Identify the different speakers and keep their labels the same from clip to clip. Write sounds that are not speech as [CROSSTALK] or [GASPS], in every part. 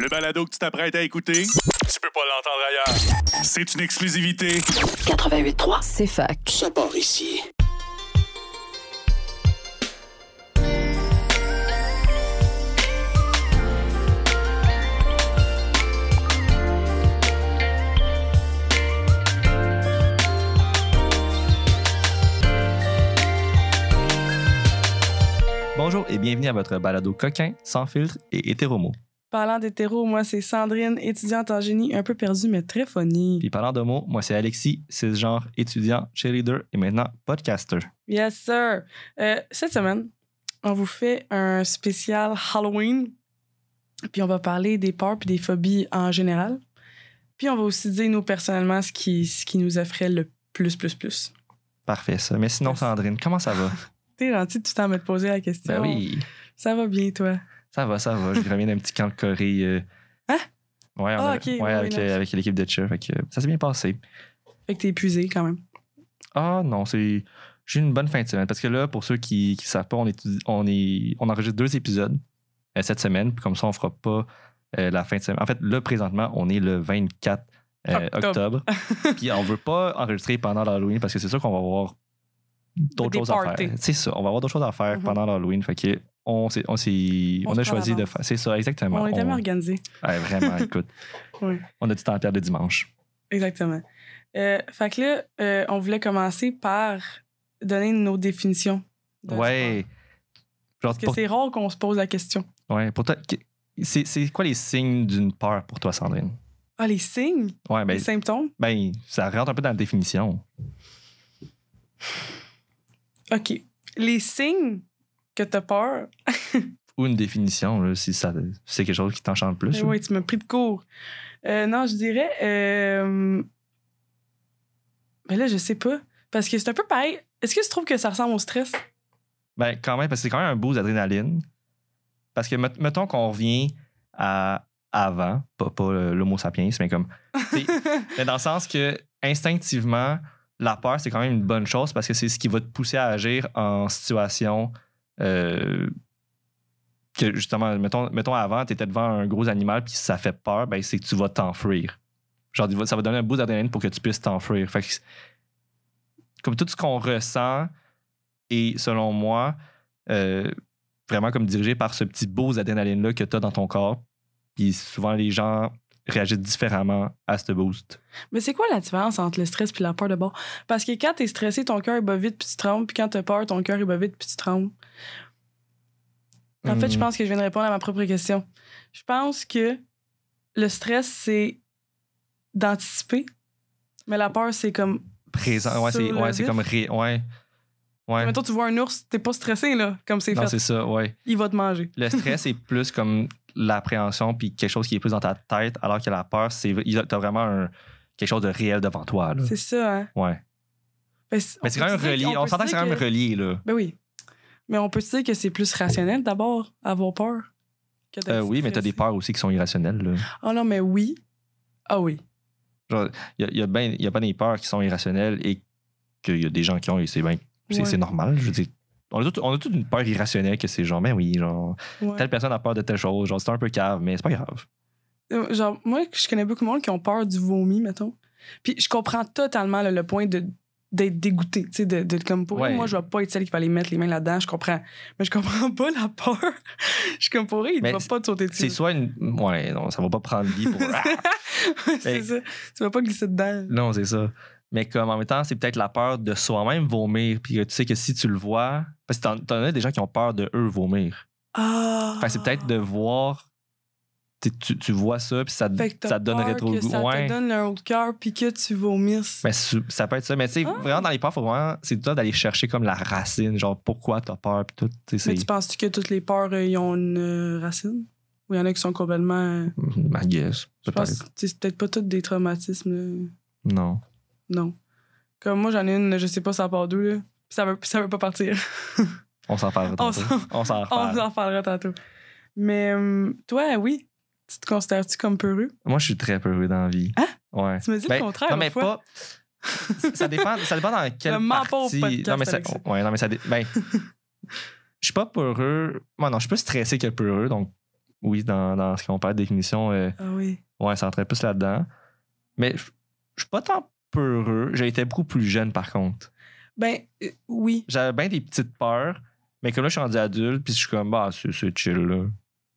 Speaker 1: Le balado que tu t'apprêtes à écouter, tu peux pas l'entendre ailleurs. C'est une exclusivité.
Speaker 2: 88.3, c'est fac.
Speaker 3: Ça part ici.
Speaker 4: Bonjour et bienvenue à votre balado coquin, sans filtre et hétéromo.
Speaker 5: Parlant d'hétéro, moi, c'est Sandrine, étudiante en génie, un peu perdue, mais très funny.
Speaker 4: Puis parlant de mots, moi c'est Alexis, cisgenre, étudiant, cheerleader et maintenant podcaster.
Speaker 5: Yes, sir. Euh, cette semaine, on vous fait un spécial Halloween. Puis on va parler des peurs puis des phobies en général. Puis on va aussi dire, nous, personnellement, ce qui, ce qui nous effraie le plus, plus, plus.
Speaker 4: Parfait ça. Mais sinon,
Speaker 5: Merci.
Speaker 4: Sandrine, comment ça va?
Speaker 5: T'es gentil tout le temps à me poser la question.
Speaker 4: Ben oui,
Speaker 5: Ça va bien, toi?
Speaker 4: ça va, ça va. Je reviens d'un petit camp de Corée. euh,
Speaker 5: Hein?
Speaker 4: Ouais, on
Speaker 5: Ah,
Speaker 4: a-
Speaker 5: ok,
Speaker 4: ouais,
Speaker 5: oui,
Speaker 4: avec,
Speaker 5: nice.
Speaker 4: euh, avec l'équipe de cheer. Fait que, euh, ça s'est bien passé.
Speaker 5: Fait que t'es épuisé quand même.
Speaker 4: Ah non, c'est. J'ai eu une bonne fin de semaine. Parce que là, pour ceux qui ne savent pas, on, étudie- on, est, on enregistre deux épisodes euh, cette semaine. Puis comme ça, on fera pas euh, la fin de semaine. En fait, là, présentement, on est le 24 euh,
Speaker 5: Octobre.
Speaker 4: octobre.
Speaker 5: [LAUGHS]
Speaker 4: Puis on veut pas enregistrer pendant l'Halloween parce que c'est sûr qu'on va avoir d'autres
Speaker 5: Des
Speaker 4: choses à
Speaker 5: parties.
Speaker 4: faire. C'est ça, on va avoir d'autres choses à faire
Speaker 5: Mhm.
Speaker 4: pendant l'Halloween. Fait que on, s'est- on, s'est-
Speaker 5: On
Speaker 4: on
Speaker 5: se
Speaker 4: a
Speaker 5: prend
Speaker 4: choisi de
Speaker 5: d'avance.
Speaker 4: faire. C'est ça, exactement.
Speaker 5: on est tellement
Speaker 4: Ben, On-
Speaker 5: organisé.
Speaker 4: Ouais,
Speaker 5: [LAUGHS]
Speaker 4: vraiment, écoute.
Speaker 5: Ouais.
Speaker 4: On a du temps à perdre le dimanche.
Speaker 5: Exactement. Euh, fait que là, euh, on voulait commencer par donner nos définitions. d'un sport.
Speaker 4: Ouais. Genre,
Speaker 5: Parce que
Speaker 4: pour-
Speaker 5: c'est rare qu'on se pose la question.
Speaker 4: Ouais, pour toi, que- c'est c'est quoi les signes d'une peur pour toi, Sandrine?
Speaker 5: Ah, les signes,
Speaker 4: Ouais, ben,
Speaker 5: les symptômes.
Speaker 4: ben, ça rentre un peu dans la définition.
Speaker 5: OK. Les signes que t'as peur.
Speaker 4: Ou une définition, là, si ça c'est quelque chose qui t'enchante le plus.
Speaker 5: Eh oui, tu m'as pris de court. Euh, non, je dirais. Euh... Ben là, je sais pas. Parce que c'est un peu pareil. Est-ce que tu trouves que ça ressemble au stress? [LAUGHS]
Speaker 4: Ben, quand même, parce que c'est quand même un boost d'adrénaline. Parce que, met- mettons qu'on revient à avant, pas, pas le- l'homo sapiens, mais comme. t'sais, mais dans le sens que, instinctivement, la peur, c'est quand même une bonne chose parce que c'est ce qui va te pousser à agir en situation. euh, que justement, mettons, mettons avant, tu étais devant un gros animal puis ça fait peur, ben c'est que tu vas t'enfuir. Genre, il va- ça va donner un boost d'adrénaline pour que tu puisses t'enfuir. Fait que c'est- comme tout ce qu'on ressent est, selon moi, euh, vraiment comme dirigé par ce petit boost d'adrénaline-là que tu as dans ton corps. Puis souvent, les gens réagissent différemment à ce boost.
Speaker 5: Mais c'est quoi la différence entre le stress puis la peur de bord? Parce que quand t'es stressé, ton cœur il bat vite puis tu trembles, puis quand t'as peur, ton cœur il bat vite puis tu trembles. En fait, je
Speaker 4: Hmm.
Speaker 5: pense que je viens de répondre à ma propre question. Je pense que le stress, c'est d'anticiper, mais la peur, c'est comme.
Speaker 4: Présent, ouais,
Speaker 5: sur
Speaker 4: c'est
Speaker 5: le
Speaker 4: ouais, c'est
Speaker 5: vif.
Speaker 4: comme. ré- ouais. Ouais.
Speaker 5: Mettons, tu vois un ours, t'es pas stressé, là, comme c'est
Speaker 4: Non,
Speaker 5: fait.
Speaker 4: c'est ça, ouais.
Speaker 5: Il va te manger.
Speaker 4: Le stress est plus comme l'appréhension, puis quelque chose qui est plus dans ta tête, alors que la peur, c'est. T'as vraiment un- quelque chose de réel devant toi, là.
Speaker 5: C'est ça, hein?
Speaker 4: Ouais.
Speaker 5: Ben,
Speaker 4: Hmm. Mais c'est quand même relié. On s'entend que c'est quand même relié, là.
Speaker 5: Ben oui. Mais on peut se dire que c'est plus rationnel d'abord, avoir peur. que d'être
Speaker 4: Euh, oui, mais t'as des
Speaker 5: stressé.
Speaker 4: peurs aussi qui sont irrationnelles, là.
Speaker 5: Ah non, mais oui. Ah oui.
Speaker 4: Il y a, il y a ben- il y a pas des peurs qui sont irrationnelles et qu'il y a des gens qui ont, et c'est ben- c'est
Speaker 5: Ouais.
Speaker 4: c'est normal. Je veux dire, on a, tout, on a toute une peur irrationnelle que c'est genre, ben oui, genre,
Speaker 5: Ouais.
Speaker 4: telle personne a peur de telle chose, genre, c'est un peu cave, mais c'est pas grave.
Speaker 5: Euh, Genre, moi, je connais beaucoup de monde qui ont peur du vomi, mettons. Puis je comprends totalement là, le point de d'être dégoûté, tu sais, de, de comme pour
Speaker 4: Ouais.
Speaker 5: moi, je vais pas être celle qui va aller mettre les mains là-dedans, je comprends. Mais je comprends pas la peur. [LAUGHS] je suis comme pour il
Speaker 4: Mais
Speaker 5: va pas te sauter dessus.
Speaker 4: C'est
Speaker 5: [LAUGHS]
Speaker 4: soit une. Ouais, non, ça va pas prendre vie pour. [LAUGHS] Ah!
Speaker 5: c'est
Speaker 4: Mais-
Speaker 5: ça. Tu vas pas glisser dedans.
Speaker 4: Non, c'est ça. Mais comme en même temps, c'est peut-être la peur de soi-même vomir, puis que tu sais que si tu le vois. Parce que t'en t'en as des gens qui ont peur de eux vomir.
Speaker 5: Ah.
Speaker 4: Fait que c'est peut-être de voir. tu- Tu, tu vois ça, puis ça, te-
Speaker 5: Ah! Fait que t'as
Speaker 4: ça te donne
Speaker 5: peur
Speaker 4: rétro
Speaker 5: que
Speaker 4: goût. Ben,
Speaker 5: Ça te donne le haut de cœur puis que tu vomisses.
Speaker 4: Mais su- ça peut être ça. Mais tu sais,
Speaker 5: Ah.
Speaker 4: vraiment, dans les peurs, faut vraiment, c'est tout le temps d'aller chercher comme la racine, genre pourquoi t'as peur, pis tout. Tu sais,
Speaker 5: Mais
Speaker 4: c'est.
Speaker 5: tu penses-tu que toutes les peurs, euh, y ont une euh, racine? Ou il y en a qui sont complètement. euh,
Speaker 4: Ma guess,
Speaker 5: je pense,
Speaker 4: peut-être.
Speaker 5: tu sais, c'est peut-être pas toutes des traumatismes. là.
Speaker 4: Non.
Speaker 5: Non. Comme moi, j'en ai une, je sais pas, ça part d'où, là. Puis ça veut, puis ça veut pas partir.
Speaker 4: On s'en parlera
Speaker 5: On
Speaker 4: tantôt.
Speaker 5: s'en-
Speaker 4: On s'en
Speaker 5: On
Speaker 4: reparle.
Speaker 5: en parlera tantôt. Mais euh, toi, oui, tu te considères-tu comme peureux?
Speaker 4: Moi, je suis très peureux dans la vie.
Speaker 5: Hein?
Speaker 4: Ouais.
Speaker 5: Tu me dis
Speaker 4: Ben,
Speaker 5: le contraire.
Speaker 4: Non, mais
Speaker 5: l'autre fois.
Speaker 4: pas. ça, dépend, ça dépend dans quelle
Speaker 5: Ne mens pas au
Speaker 4: partie.
Speaker 5: podcast,
Speaker 4: non, mais ça,
Speaker 5: Alexis.
Speaker 4: ouais, non, mais ça. dé- Ben, je suis pas peureux. Moi, non, je suis plus stressé que peureux. Donc, oui, dans, dans ce qu'on parle de définition, euh,
Speaker 5: Ah oui.
Speaker 4: ouais, ça entrait plus là-dedans. Mais je je suis pas tant peureux. J'ai été beaucoup plus jeune, par contre.
Speaker 5: Ben, euh, oui.
Speaker 4: J'avais bien des petites peurs, mais comme là, je suis rendu adulte, puis je suis comme, bah, c'est c'est chill, là.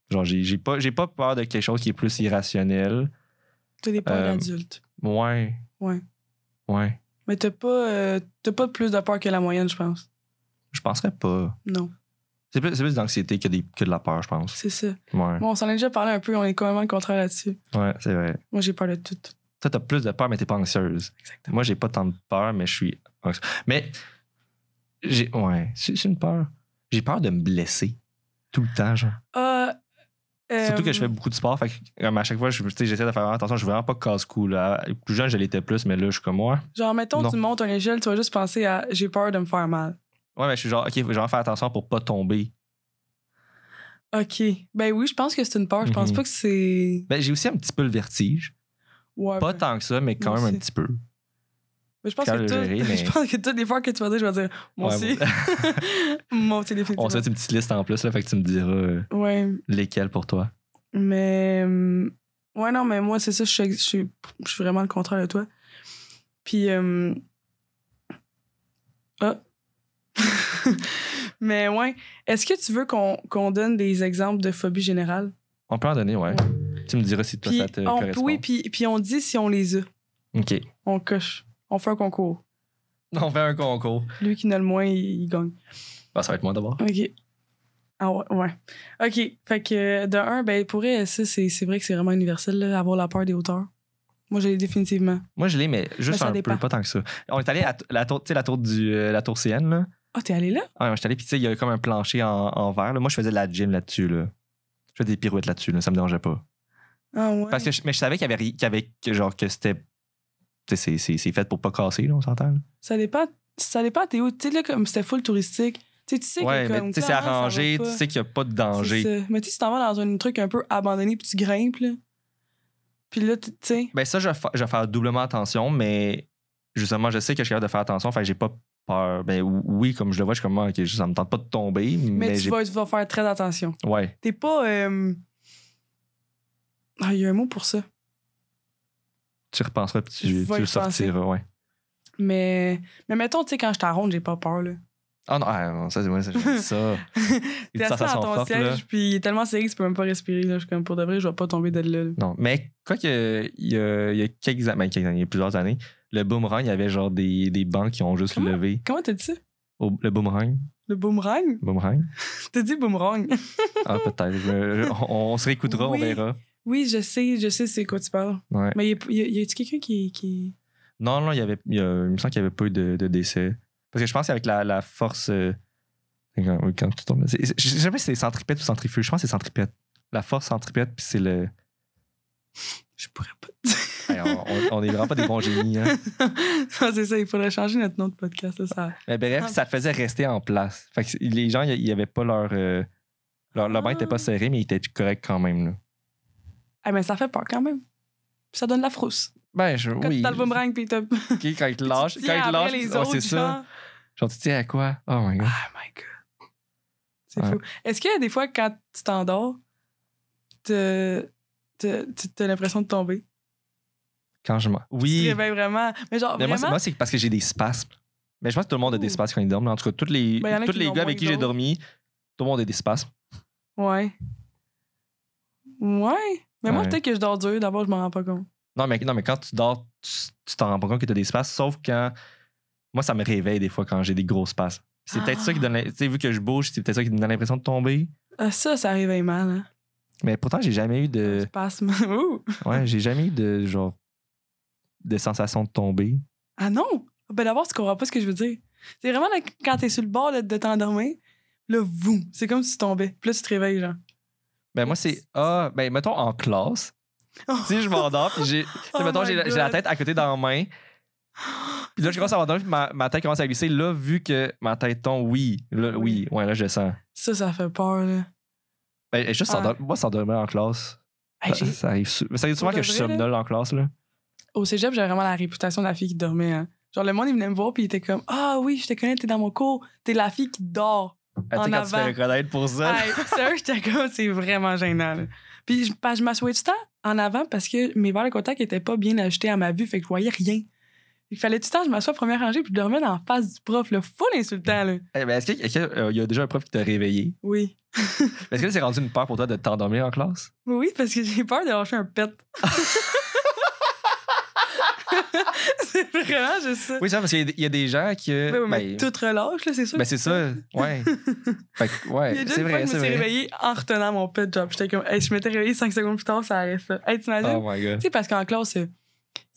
Speaker 4: Genre, j'ai j'ai pas, j'ai pas peur de quelque chose qui est plus irrationnel.
Speaker 5: T'as des peurs
Speaker 4: Euh,
Speaker 5: d'adultes.
Speaker 4: Ouais.
Speaker 5: Ouais.
Speaker 4: Ouais.
Speaker 5: Mais t'as pas, euh, t'as pas plus de peur que la moyenne, je pense.
Speaker 4: Je penserais pas.
Speaker 5: Non,
Speaker 4: C'est plus, c'est plus de l'anxiété que, des- que de la peur, je pense.
Speaker 5: c'est ça.
Speaker 4: Ouais.
Speaker 5: Bon, on s'en est déjà parlé un peu, on est quand même le contraire là-dessus.
Speaker 4: Ouais, c'est vrai.
Speaker 5: Moi, j'ai peur de tout.
Speaker 4: Toi, t'as plus de peur, mais t'es pas anxieuse.
Speaker 5: Exactement.
Speaker 4: Moi, j'ai pas tant de peur, mais je suis. anxieux. Mais. J'ai. Ouais, c'est c'est une peur. J'ai peur de me blesser. Tout le temps, genre.
Speaker 5: Ah, euh,
Speaker 4: Surtout que je fais beaucoup de sport. Fait que, comme à chaque fois, je- tu sais, j'essaie de faire attention. Je suis vraiment pas casse-cou. là. Plus jeune, je l'étais plus, mais là, je suis comme moi.
Speaker 5: Genre, mettons,
Speaker 4: Non.
Speaker 5: tu montes un échelle, tu vas juste penser à j'ai peur de me faire mal.
Speaker 4: Ouais, mais je suis genre, OK, faut vraiment faire attention pour pas tomber.
Speaker 5: OK. Ben oui, je pense que c'est une peur. Je pense
Speaker 4: Mhm.
Speaker 5: pas que c'est.
Speaker 4: Ben, j'ai aussi un petit peu le vertige.
Speaker 5: Ouais,
Speaker 4: Pas
Speaker 5: ben-
Speaker 4: tant que ça, mais quand
Speaker 5: Moi
Speaker 4: même un
Speaker 5: aussi.
Speaker 4: petit peu.
Speaker 5: Mais je pense
Speaker 4: Quand
Speaker 5: que
Speaker 4: le
Speaker 5: tout-
Speaker 4: verrai, mais-
Speaker 5: [LAUGHS] je pense que toutes les fois que tu vas dire, je vais dire moi
Speaker 4: Ouais,
Speaker 5: aussi.
Speaker 4: moi-
Speaker 5: [LAUGHS] Moi
Speaker 4: [LAUGHS]
Speaker 5: aussi,
Speaker 4: On
Speaker 5: définitivement.
Speaker 4: se fait une petite liste en plus, là, fait que tu me diras euh,
Speaker 5: Ouais,
Speaker 4: lesquelles pour toi.
Speaker 5: mais. euh, Ouais, non, mais moi, c'est ça, je suis, je suis- je suis vraiment le contraire de toi. Puis. euh, Ah. [LAUGHS] mais ouais. Est-ce que tu veux qu'on qu'on donne des exemples de phobie générale?
Speaker 4: On peut en donner, ouais. Tu me diras si toi,
Speaker 5: Puis
Speaker 4: ça te
Speaker 5: on,
Speaker 4: correspond.
Speaker 5: oui, puis, puis on dit si on les a.
Speaker 4: OK.
Speaker 5: On coche. On fait un concours.
Speaker 4: On fait un concours.
Speaker 5: Lui qui n'a le moins, il, il gagne.
Speaker 4: Ben, ça va être moi d'abord.
Speaker 5: OK. Ah ouais, ouais. OK. Fait que euh, de un, ben pour elle, ça, c'est c'est vrai que c'est vraiment universel, là, avoir la peur des hauteurs. Moi, je l'ai définitivement.
Speaker 4: Moi, je l'ai, mais
Speaker 5: Mais
Speaker 4: juste
Speaker 5: ça
Speaker 4: un
Speaker 5: dépend.
Speaker 4: peu, pas tant que ça. On est allé à t- la tour, tu sais, la tour du, euh, la tour CN, là.
Speaker 5: Ah, t'es allé là?
Speaker 4: Ah, ouais, j'étais allé, puis tu sais, il y avait comme un plancher en, en verre. là. Moi, je faisais de la gym là-dessus, là. Je faisais des pirouettes là-dessus, là. Ça me dérangeait pas.
Speaker 5: Ah ouais.
Speaker 4: Parce que je, mais je savais qu'il y avait, ri- qu'il y avait que, genre, que c'était. Tu sais, c'est- c'est c'est fait pour pas casser, là, on s'entend. là.
Speaker 5: Ça dépend, ça dépend t'es où. Tu sais, là, comme c'était full touristique. Tu sais, tu sais que
Speaker 4: Ouais, mais
Speaker 5: comme
Speaker 4: tu sais, c'est
Speaker 5: clairement, ça
Speaker 4: arrangé,
Speaker 5: va
Speaker 4: tu
Speaker 5: pas.
Speaker 4: sais qu'il n'y a pas de
Speaker 5: C'est
Speaker 4: danger.
Speaker 5: ça. Mais tu sais, si t'en vas dans un truc un peu abandonné, puis tu grimpes, là. Puis là, tu tu sais.
Speaker 4: Ben ça, je vais, fa- je vais faire doublement attention, mais justement, je sais que je suis capable de faire attention, fait que j'ai pas peur. Ben ou- oui, comme je le vois, je suis comme, ah, ok, ça me tente pas de tomber, mais,
Speaker 5: Mais, tu,
Speaker 4: j'ai...
Speaker 5: vas, tu vas faire très attention.
Speaker 4: Ouais,
Speaker 5: T'es pas. euh, Ah, il y a un mot pour ça.
Speaker 4: tu repenseras puis
Speaker 5: Je
Speaker 4: tu, tu
Speaker 5: vais y
Speaker 4: le
Speaker 5: penser.
Speaker 4: sortiras, ouais.
Speaker 5: Mais, mais mettons, tu sais, quand je t'arronde, j'ai pas peur, là.
Speaker 4: Ah non, ah, non, ça, c'est- ouais, ça,
Speaker 5: [LAUGHS]
Speaker 4: j'aime ça. Une
Speaker 5: T'es assis dans
Speaker 4: sensation
Speaker 5: ton
Speaker 4: forte, là.
Speaker 5: siège, puis il est tellement serré que tu peux même pas respirer, là. Je suis comme, pour de vrai, je vais pas tomber de là, là.
Speaker 4: Non, mais quoi que, il y a, il y a quelques années, ben, quelques années, il y a plusieurs années, le boomerang, il y avait genre des, des bancs qui ont juste
Speaker 5: Comment?
Speaker 4: levé.
Speaker 5: Comment t'as dit ça?
Speaker 4: au- le boomerang?
Speaker 5: Le boomerang? [LAUGHS]
Speaker 4: Boomerang?
Speaker 5: T'as dit boomerang?
Speaker 4: Ah, peut-être. Je- je- on, on se réécoutera,
Speaker 5: Oui.
Speaker 4: on verra.
Speaker 5: [LAUGHS] oui, je sais, je sais c'est quoi tu parles.
Speaker 4: Ouais.
Speaker 5: Mais y a- y a- y a-tu quelqu'un qui, qui...
Speaker 4: Non, non, il, y avait, il, y a- il me semble qu'il y avait peu de, de décès. Parce que je pense qu'avec la, la force. euh, quand, oui, quand tu tombes. c'est- Je sais jamais si c'est centripète ou centrifuge. Je pense que c'est centripète. La force centripète, puis c'est le.
Speaker 5: Je pourrais pas te dire.
Speaker 4: Hey, on, on- on est vraiment pas des bons génies. Hein.
Speaker 5: [LAUGHS] Non, c'est ça, il faudrait changer notre nom de podcast, là, ça.
Speaker 4: Mais bref, ça te faisait rester en place. Fait que c'est- les gens, il n'y avait pas leur. euh, leur, leur bain était pas serré, mais il était correct quand même. Là.
Speaker 5: Ah, mais ça fait peur quand même. Ça donne la frousse.
Speaker 4: Ben, je,
Speaker 5: Quand
Speaker 4: oui.
Speaker 5: t'as le boomerang, puis t'as... Quand
Speaker 4: Ok, quand il te
Speaker 5: [LAUGHS]
Speaker 4: lâche, quand il te lâche,
Speaker 5: les
Speaker 4: oh,
Speaker 5: autres,
Speaker 4: c'est ça.
Speaker 5: genre.
Speaker 4: Genre, tu tiens à quoi? Oh my god.
Speaker 5: Ah, my God. C'est
Speaker 4: Ouais.
Speaker 5: fou. Est-ce que des fois, quand tu t'endors, t'as t'as- t'as l'impression de tomber?
Speaker 4: Quand je m'en.
Speaker 5: Tu te
Speaker 4: Oui.
Speaker 5: réveilles vraiment. Mais genre,
Speaker 4: Mais moi, c'est-
Speaker 5: Ah, vraiment,
Speaker 4: moi, c'est parce que j'ai des spasmes. Mais je pense que tout le monde a des
Speaker 5: Ouh.
Speaker 4: spasmes quand il dorment. En tout cas, tous les,
Speaker 5: Ben, y en a
Speaker 4: tous
Speaker 5: qui
Speaker 4: les
Speaker 5: l'ont
Speaker 4: gars
Speaker 5: moins
Speaker 4: avec
Speaker 5: que
Speaker 4: qui j'ai
Speaker 5: d'autres.
Speaker 4: dormi, tout le monde a des spasmes.
Speaker 5: Ouais. Ouais. Mais moi,
Speaker 4: Ouais.
Speaker 5: peut-être que je dors dur. D'abord, je m'en rends pas compte.
Speaker 4: Non, mais, non, mais quand tu dors, tu tu t'en rends pas compte que tu as des spasmes, sauf quand. Moi, ça me réveille des fois quand j'ai des gros spasmes. C'est peut-être
Speaker 5: Ah.
Speaker 4: ça qui donne. la- Tu sais, vu que je bouge, c'est peut-être ça qui me donne l'impression de tomber.
Speaker 5: Ah, ça, ça réveille mal. Hein.
Speaker 4: Mais pourtant, j'ai jamais eu de.
Speaker 5: Spasme. [LAUGHS] Ouh.
Speaker 4: Ouais, j'ai jamais eu de genre. de sensation de tomber.
Speaker 5: Ah non! Ben d'abord, tu comprends pas ce que je veux dire. C'est vraiment là, quand t'es sur le bord là, de t'endormir, là, voum, c'est comme si tu tombais. Puis là, tu te réveilles, genre.
Speaker 4: Ben, moi, c'est. Ah, ben, mettons en classe. si je m'endors, puis j'ai. tu sais,
Speaker 5: Oh
Speaker 4: mettons,
Speaker 5: my
Speaker 4: j'ai la- j'ai la
Speaker 5: God.
Speaker 4: tête à côté dans la main. Puis là, je commence à m'endormir, puis ma, ma tête commence à glisser. Là, vu que ma tête tombe, oui. Là, oui, ouais, là, je le sens.
Speaker 5: Ça, ça fait peur, là.
Speaker 4: Ben, juste
Speaker 5: Ah.
Speaker 4: s'endormir- moi, s'endormir en classe,
Speaker 5: Hey,
Speaker 4: ça,
Speaker 5: j'ai-
Speaker 4: ça arrive, sou- ça arrive souvent
Speaker 5: Pour
Speaker 4: que
Speaker 5: de
Speaker 4: je
Speaker 5: vrai, là?
Speaker 4: somnole en classe. Là. Ah.
Speaker 5: Au cégep, j'avais vraiment la réputation de la fille qui dormait. hein. Genre, le monde, il venait me voir, puis il était comme Ah oui, je te connais, t'es dans mon cours. T'es la fille qui dort.
Speaker 4: Ah, tu sais,
Speaker 5: En
Speaker 4: quand tu
Speaker 5: avant.
Speaker 4: fais reconnaître pour ça. [LAUGHS]
Speaker 5: Hey, sérieux, j'étais comme, c'est vraiment gênant. là. Puis je, parce que je m'assoyais tout le temps en avant parce que mes verres de contact n'étaient pas bien ajustés à ma vue, fait que je voyais rien. Il fallait tout le temps que je m'assoie première rangée puis je dormais en face du prof, le full insultant. Là.
Speaker 4: Eh, ben, Est-ce qu'il est-ce qu'il y, a- euh, il y a déjà un prof qui t'a réveillé?
Speaker 5: Oui.
Speaker 4: Est-ce que c'est rendu une peur pour toi de t'endormir en classe?
Speaker 5: Oui, parce que j'ai peur de lâcher
Speaker 4: [LAUGHS]
Speaker 5: un pet. [LAUGHS] c'est vraiment juste ça.
Speaker 4: Oui, ça, parce qu'il y a des- il y, a des gens qui. euh,
Speaker 5: Ben oui, mais
Speaker 4: ben,
Speaker 5: tout relâche, là, c'est sûr.
Speaker 4: ben, c'est ça, [LAUGHS] ouais. Fait que, ouais,
Speaker 5: Il y a déjà
Speaker 4: c'est
Speaker 5: une fois
Speaker 4: vrai,
Speaker 5: que je
Speaker 4: c'est
Speaker 5: me suis
Speaker 4: vrai.
Speaker 5: réveillée en retenant mon pet job. J'étais comme, hey, je m'étais réveillée 5 secondes plus tard, ça arrête ça. Hey, t'imagines?
Speaker 4: Oh my god.
Speaker 5: Tu sais, parce qu'en classe, il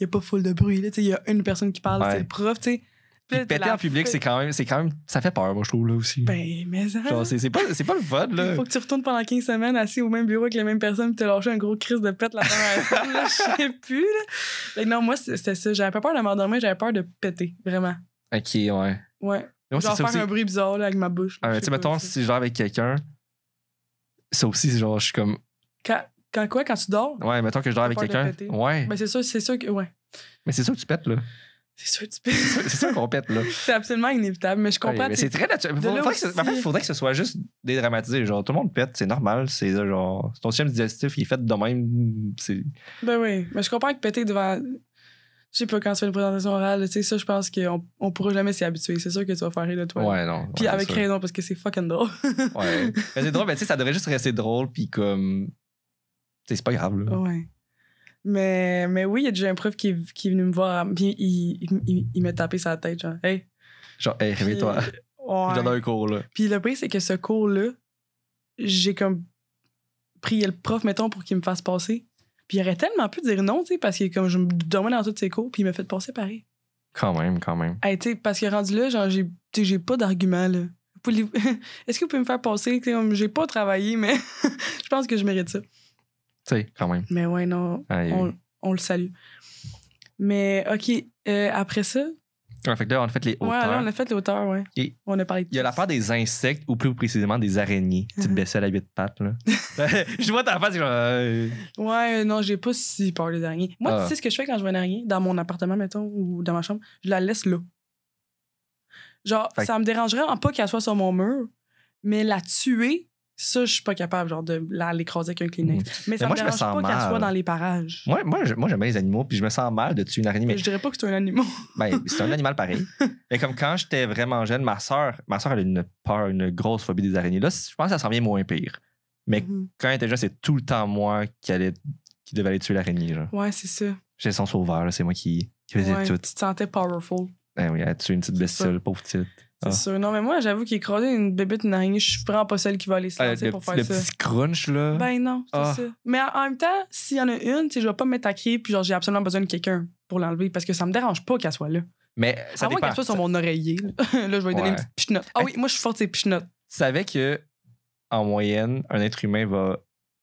Speaker 5: n'y a pas full de bruit. là, tu sais, Il y a une personne qui parle,
Speaker 4: Ouais.
Speaker 5: c'est le prof. tu sais. Puis là,
Speaker 4: Puis
Speaker 5: t'as
Speaker 4: péter
Speaker 5: la
Speaker 4: en public,
Speaker 5: fête.
Speaker 4: c'est quand même, c'est quand même, ça fait peur, moi, je trouve, là aussi.
Speaker 5: Ben, mais ça.
Speaker 4: Genre, c'est c'est pas, c'est pas le fun,
Speaker 5: Il
Speaker 4: là.
Speaker 5: faut que tu retournes pendant 15 semaines assis au même bureau avec les mêmes personnes puis te lâcher un gros crise de pète
Speaker 4: [LAUGHS]
Speaker 5: la première fois. là, Je sais plus. Là. Fait que non, moi, c'est- c'était ça. J'avais pas peur de m'endormir, j'avais peur de péter, vraiment.
Speaker 4: Ok, ouais. Mais
Speaker 5: Ouais.
Speaker 4: moi, c'est
Speaker 5: genre
Speaker 4: ça
Speaker 5: faire
Speaker 4: aussi.
Speaker 5: un bruit bizarre là, avec ma bouche.
Speaker 4: Ah,
Speaker 5: là,
Speaker 4: mais
Speaker 5: je
Speaker 4: tu
Speaker 5: sais
Speaker 4: sais,
Speaker 5: pas,
Speaker 4: mettons,
Speaker 5: c'est-
Speaker 4: si genre avec quelqu'un, ça aussi, c'est genre, je suis comme.
Speaker 5: Quand, quand quoi, quand tu dors?
Speaker 4: Ouais, mettons que je dors avec
Speaker 5: peur de
Speaker 4: quelqu'un.
Speaker 5: péter.
Speaker 4: Ouais.
Speaker 5: Ben, c'est sûr, c'est sûr que. Ouais.
Speaker 4: Mais c'est sûr que tu pètes, là.
Speaker 5: C'est sûr que tu pètes.
Speaker 4: C'est sûr qu'on pète, là.
Speaker 5: [LAUGHS] C'est absolument inévitable, mais je comprends.
Speaker 4: Ouais, mais
Speaker 5: tes-
Speaker 4: c'est très naturel.
Speaker 5: de
Speaker 4: Faudrait
Speaker 5: là
Speaker 4: que ce-
Speaker 5: aussi.
Speaker 4: en fait, il faudrait que ce soit juste dédramatisé. Genre, tout le monde pète, c'est normal. C'est euh, genre, ton système digestif, il est fait de même. C'est.
Speaker 5: Ben oui, mais je comprends que péter devant. Je sais pas, quand tu fais une présentation orale, tu sais, ça, je pense qu'on on pourra jamais s'y habituer. C'est sûr que tu vas faire rire de toi.
Speaker 4: Ouais, non.
Speaker 5: Puis
Speaker 4: ouais,
Speaker 5: avec
Speaker 4: ça.
Speaker 5: raison, parce que c'est fucking drôle.
Speaker 4: Ouais. Mais c'est drôle, mais tu sais, ça devrait juste rester drôle, puis comme. Tu sais, c'est pas grave, là.
Speaker 5: [LAUGHS] ouais. Mais, mais oui, il y a déjà un prof qui, est- qui est venu me voir, puis il, il, il- il m'a tapé sa tête, genre, hey.
Speaker 4: Genre, hey,
Speaker 5: Puis- euh,
Speaker 4: réveille-toi.
Speaker 5: Ouais.
Speaker 4: J'adore un cours, là.
Speaker 5: Puis le pire, c'est que ce cours-là, j'ai comme prié le prof, mettons, pour qu'il me fasse passer. Puis il aurait tellement pu dire non, tu sais, parce que comme je me dormais dans tous ses cours, puis il m'a fait passer pareil.
Speaker 4: Quand même, quand même.
Speaker 5: Hey, tu sais, parce que rendu là, genre, j'ai, tu sais, j'ai pas d'argument, là. Vous pouvez- [LAUGHS] Est-ce que vous pouvez me faire passer? tu sais, comme, J'ai pas travaillé, mais [LAUGHS] je pense que je mérite ça.
Speaker 4: Tu sais, quand même.
Speaker 5: Mais ouais, non,
Speaker 4: Aïe,
Speaker 5: on, on le salue. Mais OK, euh, après ça,
Speaker 4: Ouais, fait que là, on a fait les
Speaker 5: ouais,
Speaker 4: hauteurs.
Speaker 5: là, on a fait l'auteur, ouais.
Speaker 4: Ok.
Speaker 5: On a parlé de
Speaker 4: Il y a la part des insectes, ou plus précisément des araignées. Petite
Speaker 5: Mhm.
Speaker 4: baisselle à huit pattes,
Speaker 5: [LAUGHS]
Speaker 4: là. [LAUGHS] je vois ta face, genre. euh,
Speaker 5: Ouais, euh, non, j'ai pas si peur des araignées. Moi,
Speaker 4: Ah.
Speaker 5: tu sais ce que je fais quand je vois une araignée, dans mon appartement, mettons, ou dans ma chambre, je la laisse là. Genre,
Speaker 4: Fait que-
Speaker 5: ça me dérangerait en pas qu'elle soit sur mon mur, mais la tuer, ça, je suis pas capable, genre, de la- l'écraser avec un Kleenex. Mais ça
Speaker 4: Mmh. moi,
Speaker 5: me
Speaker 4: je me
Speaker 5: dérange
Speaker 4: sens
Speaker 5: pas qu'elle
Speaker 4: mal.
Speaker 5: soit dans les parages.
Speaker 4: Moi, moi, je- moi j'aime bien les animaux, puis je me sens mal de tuer une araignée, mais
Speaker 5: Je dirais pas que c'est un animal.
Speaker 4: ben, c'est un animal
Speaker 5: [LAUGHS]
Speaker 4: pareil. Mais comme quand j'étais vraiment jeune, ma soeur, ma soeur, elle a une peur, une grosse phobie des araignées. Là, je pense que ça s'en vient moins pire. Mais
Speaker 5: Mhm.
Speaker 4: quand elle était jeune, c'est tout le temps moi qui, allait, qui devait aller tuer l'araignée. genre.
Speaker 5: [LAUGHS] Ouais, c'est ça.
Speaker 4: J'étais son sauveur, là, c'est moi qui, qui faisais
Speaker 5: Ouais,
Speaker 4: tout.
Speaker 5: Tu te sentais powerful.
Speaker 4: Ah oui, elle a tué une petite
Speaker 5: C'est ça.
Speaker 4: bestiole, pauvre petite.
Speaker 5: C'est
Speaker 4: Ah.
Speaker 5: sûr. Non, mais moi, j'avoue qu'écraser une bébête, une araignée, je suis vraiment pas celle qui va aller se
Speaker 4: Ah, le
Speaker 5: lancer
Speaker 4: petit,
Speaker 5: pour faire
Speaker 4: le
Speaker 5: ça.
Speaker 4: petit crunch, là.
Speaker 5: Ben non, c'est
Speaker 4: Ah.
Speaker 5: ça. Mais en en même temps, s'il y en a une, tu sais, je vais pas me mettre à crier, puis genre, j'ai absolument besoin de quelqu'un pour l'enlever, parce que ça me dérange pas qu'elle soit là.
Speaker 4: mais ça
Speaker 5: à moins
Speaker 4: dépend.
Speaker 5: qu'elle soit sur mon oreiller. Là, Là, [LAUGHS] je vais lui donner
Speaker 4: Ouais.
Speaker 5: une petite pichenote. Ah oui, moi, je suis forte, c'est pichenote.
Speaker 4: Tu savais que, en moyenne, un être humain va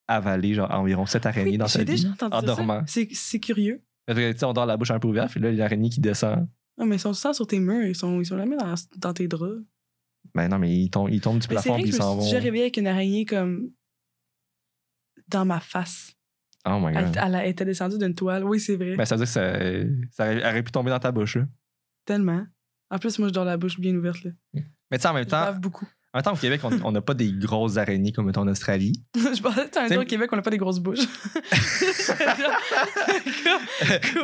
Speaker 4: avaler genre, environ 7 araignées dans sa
Speaker 5: j'ai
Speaker 4: vie.
Speaker 5: déjà entendu
Speaker 4: en
Speaker 5: ça.
Speaker 4: dormant.
Speaker 5: C'est, c'est curieux.
Speaker 4: Parce que, tu sais, on dort la bouche un peu ouverte, puis là, l'araignée qui descend.
Speaker 5: Ah, mais ils sont tout le temps sur tes murs, ils sont, ils sont jamais dans, dans tes draps.
Speaker 4: Ben non, mais ils tombent, ils tombent du
Speaker 5: Mais c'est
Speaker 4: plafond,
Speaker 5: vrai que
Speaker 4: puis ils
Speaker 5: je
Speaker 4: s'en
Speaker 5: me suis
Speaker 4: vont.
Speaker 5: déjà réveillée avec une araignée comme dans ma face.
Speaker 4: Oh my
Speaker 5: Elle,
Speaker 4: god.
Speaker 5: elle- elle était descendue d'une toile. Oui, c'est vrai.
Speaker 4: Ben, ça veut dire que ça, ça aurait- aurait pu tomber dans ta bouche. Là.
Speaker 5: Tellement. En plus, moi, je dors la bouche bien ouverte. Là.
Speaker 4: Mais tu sais, en même
Speaker 5: Je
Speaker 4: temps,
Speaker 5: bave beaucoup.
Speaker 4: en même temps, au Québec, on- on n'a pas des grosses araignées comme mettons, en Australie.
Speaker 5: je pensais que t'as un
Speaker 4: T'sais-
Speaker 5: jour au Québec, on n'a pas des grosses bouches.
Speaker 4: [LAUGHS]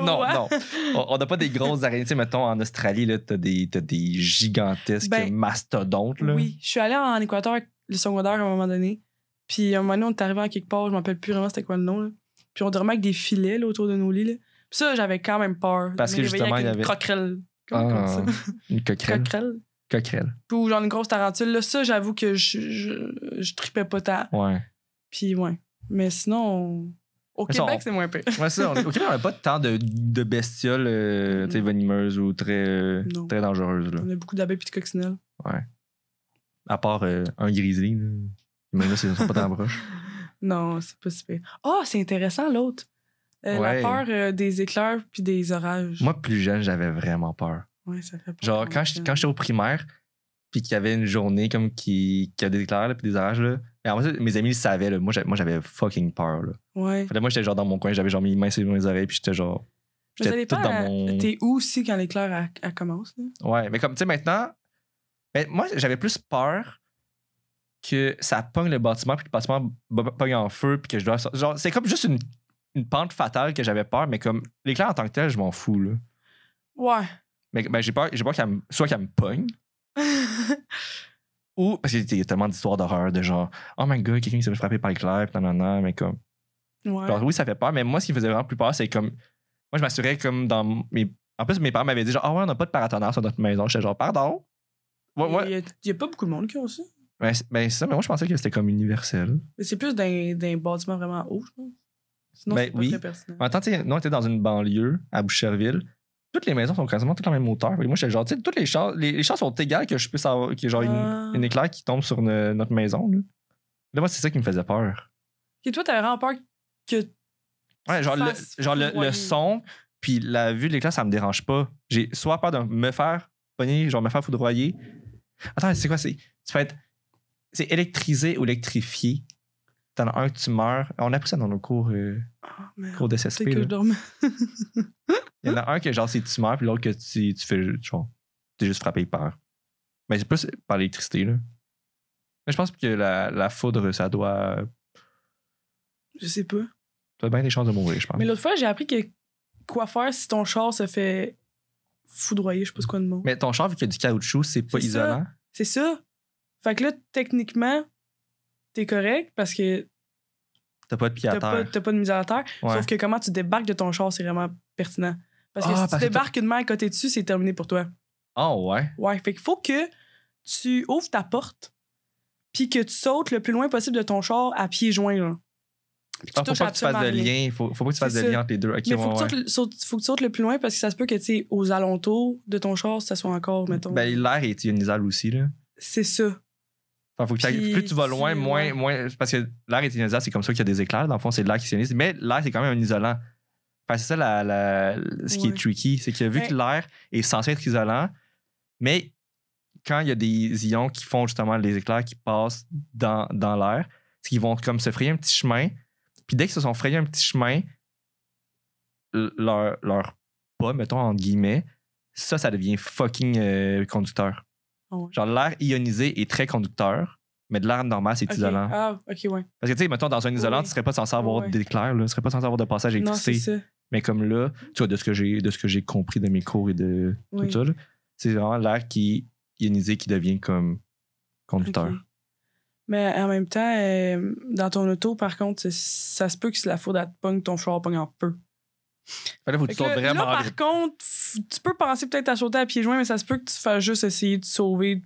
Speaker 4: non,
Speaker 5: Quoi?
Speaker 4: non. On- On n'a pas des grosses araignées. Tu sais, mettons, en Australie, là, t'as des, t'as des gigantesques
Speaker 5: Ben,
Speaker 4: mastodontes, là.
Speaker 5: Oui, je suis allée en Équateur avec le secondaire à un moment donné. Puis à un moment donné, on est arrivé en quelque part, je m'appelle plus vraiment c'était quoi le nom. là. Puis on dormait avec des filets là, autour de nos lits. Là. Puis ça, j'avais quand même peur. de
Speaker 4: Parce
Speaker 5: me
Speaker 4: que
Speaker 5: réveiller
Speaker 4: justement, il
Speaker 5: avec
Speaker 4: y
Speaker 5: une
Speaker 4: avait-
Speaker 5: Croquerelle. Comment on
Speaker 4: Ah,
Speaker 5: dit ça?
Speaker 4: une coquerelle.
Speaker 5: Croquerelle.
Speaker 4: Coquerelle.
Speaker 5: Puis ou genre une grosse tarentule. Là, ça, j'avoue que je, je, je tripais pas tant.
Speaker 4: Ouais.
Speaker 5: Puis ouais. Mais sinon, au
Speaker 4: Mais ça,
Speaker 5: Québec,
Speaker 4: on-
Speaker 5: c'est moins pire.
Speaker 4: Ouais, ça, on, au Québec, on n'a pas tant de, de bestioles euh, tu sais,
Speaker 5: Non.
Speaker 4: venimeuses ou très, euh,
Speaker 5: Non.
Speaker 4: très dangereuses. Là.
Speaker 5: On a beaucoup d'abeilles puis de coccinelles.
Speaker 4: À part euh, un grizzly. là. Même là, ils ne sont pas dans la broche.
Speaker 5: Non, c'est pas si pire. Ah, c'est intéressant l'autre. Euh,
Speaker 4: Ouais.
Speaker 5: La peur euh, des éclairs puis des orages.
Speaker 4: Moi, plus jeune, j'avais vraiment peur.
Speaker 5: Ouais, ça fait peur
Speaker 4: Genre, quand je-
Speaker 5: même.
Speaker 4: quand j'étais au primaire, puis qu'il y avait une journée comme qui, qui a des éclairs, là, puis des orages, là. Et en vrai, mes amis le savaient, là. Moi, j'avais- moi, j'avais fucking peur, là.
Speaker 5: Ouais.
Speaker 4: Fait que moi, j'étais genre dans mon coin, j'avais genre mis mes mains sur mes oreilles, puis j'étais genre.
Speaker 5: Mais ça
Speaker 4: J'étais tout
Speaker 5: dépend. euh,
Speaker 4: dans mon.
Speaker 5: T'es où aussi quand l'éclair elle- elle commence? là?
Speaker 4: Ouais, mais comme, tu sais, maintenant. ben, moi, j'avais plus peur que ça pogne le bâtiment, puis que le bâtiment b- pogne en feu, puis que je dois. sor- Genre, c'est comme juste une, une pente fatale que j'avais peur, mais comme l'éclair en tant que tel, je m'en fous, là.
Speaker 5: Ouais. [LAUGHS]
Speaker 4: Mais ben, j'ai peur, j'ai peur qu'elle me- soit qu'elle me pogne, ou. Parce qu'il y a tellement d'histoires d'horreur, de genre, oh my god, quelqu'un qui s'est fait frapper par l'éclair, puis nanana, mais comme.
Speaker 5: ouais.
Speaker 4: Genre, oui, ça fait peur, mais moi, ce qui me faisait vraiment plus peur, c'est comme. Moi, je m'assurais comme dans mes. En plus, mes parents m'avaient dit, genre, ah ouais, on n'a pas de paratonnerre sur notre maison. J'étais genre, pardon? Ouais, ouais.
Speaker 5: Il y a- il y a, pas beaucoup de monde qui ont ça.
Speaker 4: Ben, c'est- ben, c'est ça, mais moi, je pensais que c'était comme universel.
Speaker 5: Mais c'est plus d'un d'un bâtiment vraiment haut, je pense. Sinon,
Speaker 4: Ben
Speaker 5: c'est pas
Speaker 4: oui.
Speaker 5: très pertinent.
Speaker 4: En même temps, tu sais, nous, on était dans une banlieue à Boucherville. Toutes les maisons sont quasiment toutes la même hauteur. Fait que Moi, j'étais genre, tu sais, toutes les chances, les, les chances sont égales que je puisse avoir qu'il y ait genre
Speaker 5: Ah.
Speaker 4: une, une éclair qui tombe sur ne- notre maison. Là. Là, moi, c'est ça qui me faisait peur.
Speaker 5: Et toi, t'avais vraiment peur que.
Speaker 4: Ouais, genre, le,
Speaker 5: Face
Speaker 4: genre le, le
Speaker 5: foudroyée.
Speaker 4: son, puis la vue de l'éclair, ça me dérange pas. J'ai soit peur de me faire pogner, genre me faire foudroyer. Attends, c'est quoi? C'est, tu peux être. C'est électrisé ou électrifié. T'en as un que tu meurs. On a appris ça dans nos cours, euh,
Speaker 5: Oh, merde.
Speaker 4: cours de
Speaker 5: Peut-être que je dormais.
Speaker 4: Il y en a un que genre c'est tu meurs, puis l'autre que tu, tu fais ju- genre t'es juste frappé par. Mais c'est plus par l'électricité là. Mais je pense que la, la foudre, ça doit, ça
Speaker 5: [LAUGHS] Je sais pas.
Speaker 4: doit bien des chances de mourir, je pense.
Speaker 5: Mais l'autre fois, j'ai appris que quoi faire si ton char se fait foudroyer, je sais pas ce qu'on mot.
Speaker 4: Mais ton char, vu qu'il y a du caoutchouc, c'est pas
Speaker 5: C'est ça.
Speaker 4: isolant.
Speaker 5: C'est ça. Fait que là, techniquement, t'es correct parce que
Speaker 4: T'as pas de pied à
Speaker 5: t'as
Speaker 4: terre.
Speaker 5: pas, t'as pas de mise à la terre.
Speaker 4: Ouais.
Speaker 5: Sauf que comment tu débarques de ton char, c'est vraiment pertinent. Parce que
Speaker 4: Ah,
Speaker 5: si
Speaker 4: parce que
Speaker 5: tu débarques une main à côté dessus, c'est terminé pour toi.
Speaker 4: Oh ouais.
Speaker 5: Ouais, fait qu'il faut que tu ouvres ta porte puis que tu sautes le plus loin possible de ton char à pieds joints. là. Puis
Speaker 4: Ah, faut
Speaker 5: touches
Speaker 4: pas que tu fasses de
Speaker 5: absolument rien.
Speaker 4: lien. Faut, faut pas que tu fasses
Speaker 5: C'est
Speaker 4: de
Speaker 5: ça.
Speaker 4: lien entre les deux. Ok,
Speaker 5: Mais
Speaker 4: ouais,
Speaker 5: faut,
Speaker 4: ouais.
Speaker 5: que tu sautes- sautes- faut que tu sautes le plus loin parce que ça se peut que, tu sais, aux alentours de ton char, ça soit encore, mettons.
Speaker 4: Ben, l'air est ionisable aussi, là.
Speaker 5: c'est ça.
Speaker 4: Enfin, faut que t'ailles-
Speaker 5: Puis
Speaker 4: plus tu vas loin,
Speaker 5: tu-
Speaker 4: moins,
Speaker 5: ouais.
Speaker 4: moins. Parce que l'air est ionisable, c'est comme ça qu'il y a des éclairs. Dans le fond, c'est de l'air qui s'ionise. Mais l'air, c'est quand même un isolant. Enfin, c'est ça la- la- ce qui
Speaker 5: Ouais.
Speaker 4: est tricky. C'est que vu
Speaker 5: Mais-
Speaker 4: que l'air est censé être isolant, mais quand il y a des ions qui font justement les éclairs qui passent dans, dans l'air, c'est qu'ils vont comme se frayer un petit chemin. Puis dès qu'ils se sont frayés un petit chemin, l- leur, leur pas, mettons, entre guillemets, ça, ça devient fucking euh, conducteur.
Speaker 5: Ah ouais.
Speaker 4: Genre, l'air ionisé est très conducteur, mais de l'air normal, c'est
Speaker 5: Ok.
Speaker 4: isolant.
Speaker 5: Ah, ok, ouais.
Speaker 4: Parce que, tu sais, mettons, dans un isolant,
Speaker 5: Oui.
Speaker 4: tu serais pas censé avoir
Speaker 5: Oui.
Speaker 4: d'éclair, là. tu serais pas censé avoir de passage
Speaker 5: Non, c'est
Speaker 4: électricité.
Speaker 5: ça.
Speaker 4: Mais comme là, tu vois, de ce que j'ai de ce que j'ai compris de mes cours et de
Speaker 5: Oui.
Speaker 4: tout ça, là, c'est vraiment l'air qui ionisé qui devient comme conducteur.
Speaker 5: Ok. Mais en même temps, euh, dans ton auto, par contre, c'est- ça se peut que si la foudre elle te pogne, ton char pogne en peu.
Speaker 4: Fait là, faut que
Speaker 5: Fait
Speaker 4: tu
Speaker 5: que
Speaker 4: sortes
Speaker 5: là,
Speaker 4: vraiment
Speaker 5: là, par contre, f- tu peux penser peut-être à sauter à pieds joints, mais ça se peut que tu fasses juste essayer de sauver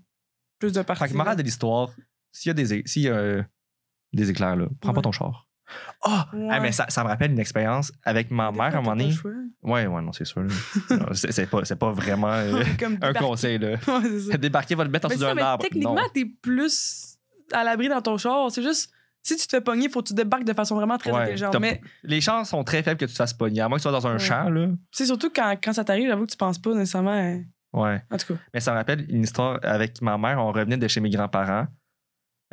Speaker 5: plus de
Speaker 4: Fait que
Speaker 5: parties.
Speaker 4: morale de l'histoire, s'il y a des, é- s'il y a, euh, des éclairs, là, prends pas
Speaker 5: Ouais.
Speaker 4: ton char. Ah!
Speaker 5: Ouais.
Speaker 4: Ah, mais ça, ça me rappelle une expérience avec ma
Speaker 5: Des fois,
Speaker 4: mère à un
Speaker 5: t'as
Speaker 4: moment
Speaker 5: pas le
Speaker 4: donné.
Speaker 5: choix.
Speaker 4: Ouais, ouais, non, c'est sûr.
Speaker 5: [LAUGHS]
Speaker 4: là. Non, c'est, c'est pas, c'est pas vraiment euh,
Speaker 5: Comme
Speaker 4: un
Speaker 5: débarquer.
Speaker 4: conseil. Là.
Speaker 5: [LAUGHS] Ouais, c'est ça.
Speaker 4: Débarquer va le mettre en
Speaker 5: Mais, c'est
Speaker 4: dessous
Speaker 5: ça,
Speaker 4: d'un
Speaker 5: mais
Speaker 4: arbre. Non.
Speaker 5: techniquement, t'es plus à l'abri dans ton char. C'est juste, si tu te fais pogner, faut que tu débarques de façon vraiment très
Speaker 4: Ouais,
Speaker 5: intelligente.
Speaker 4: t'as-
Speaker 5: Mais
Speaker 4: Les chances sont très faibles que tu te fasses pogner. À moins que tu sois dans un
Speaker 5: Ouais.
Speaker 4: champ, là.
Speaker 5: c'est surtout quand, quand ça t'arrive, j'avoue que tu penses pas nécessairement. à-
Speaker 4: Ouais.
Speaker 5: En tout cas,
Speaker 4: Mais ça me rappelle une histoire avec ma mère. On revenait de chez mes grands-parents.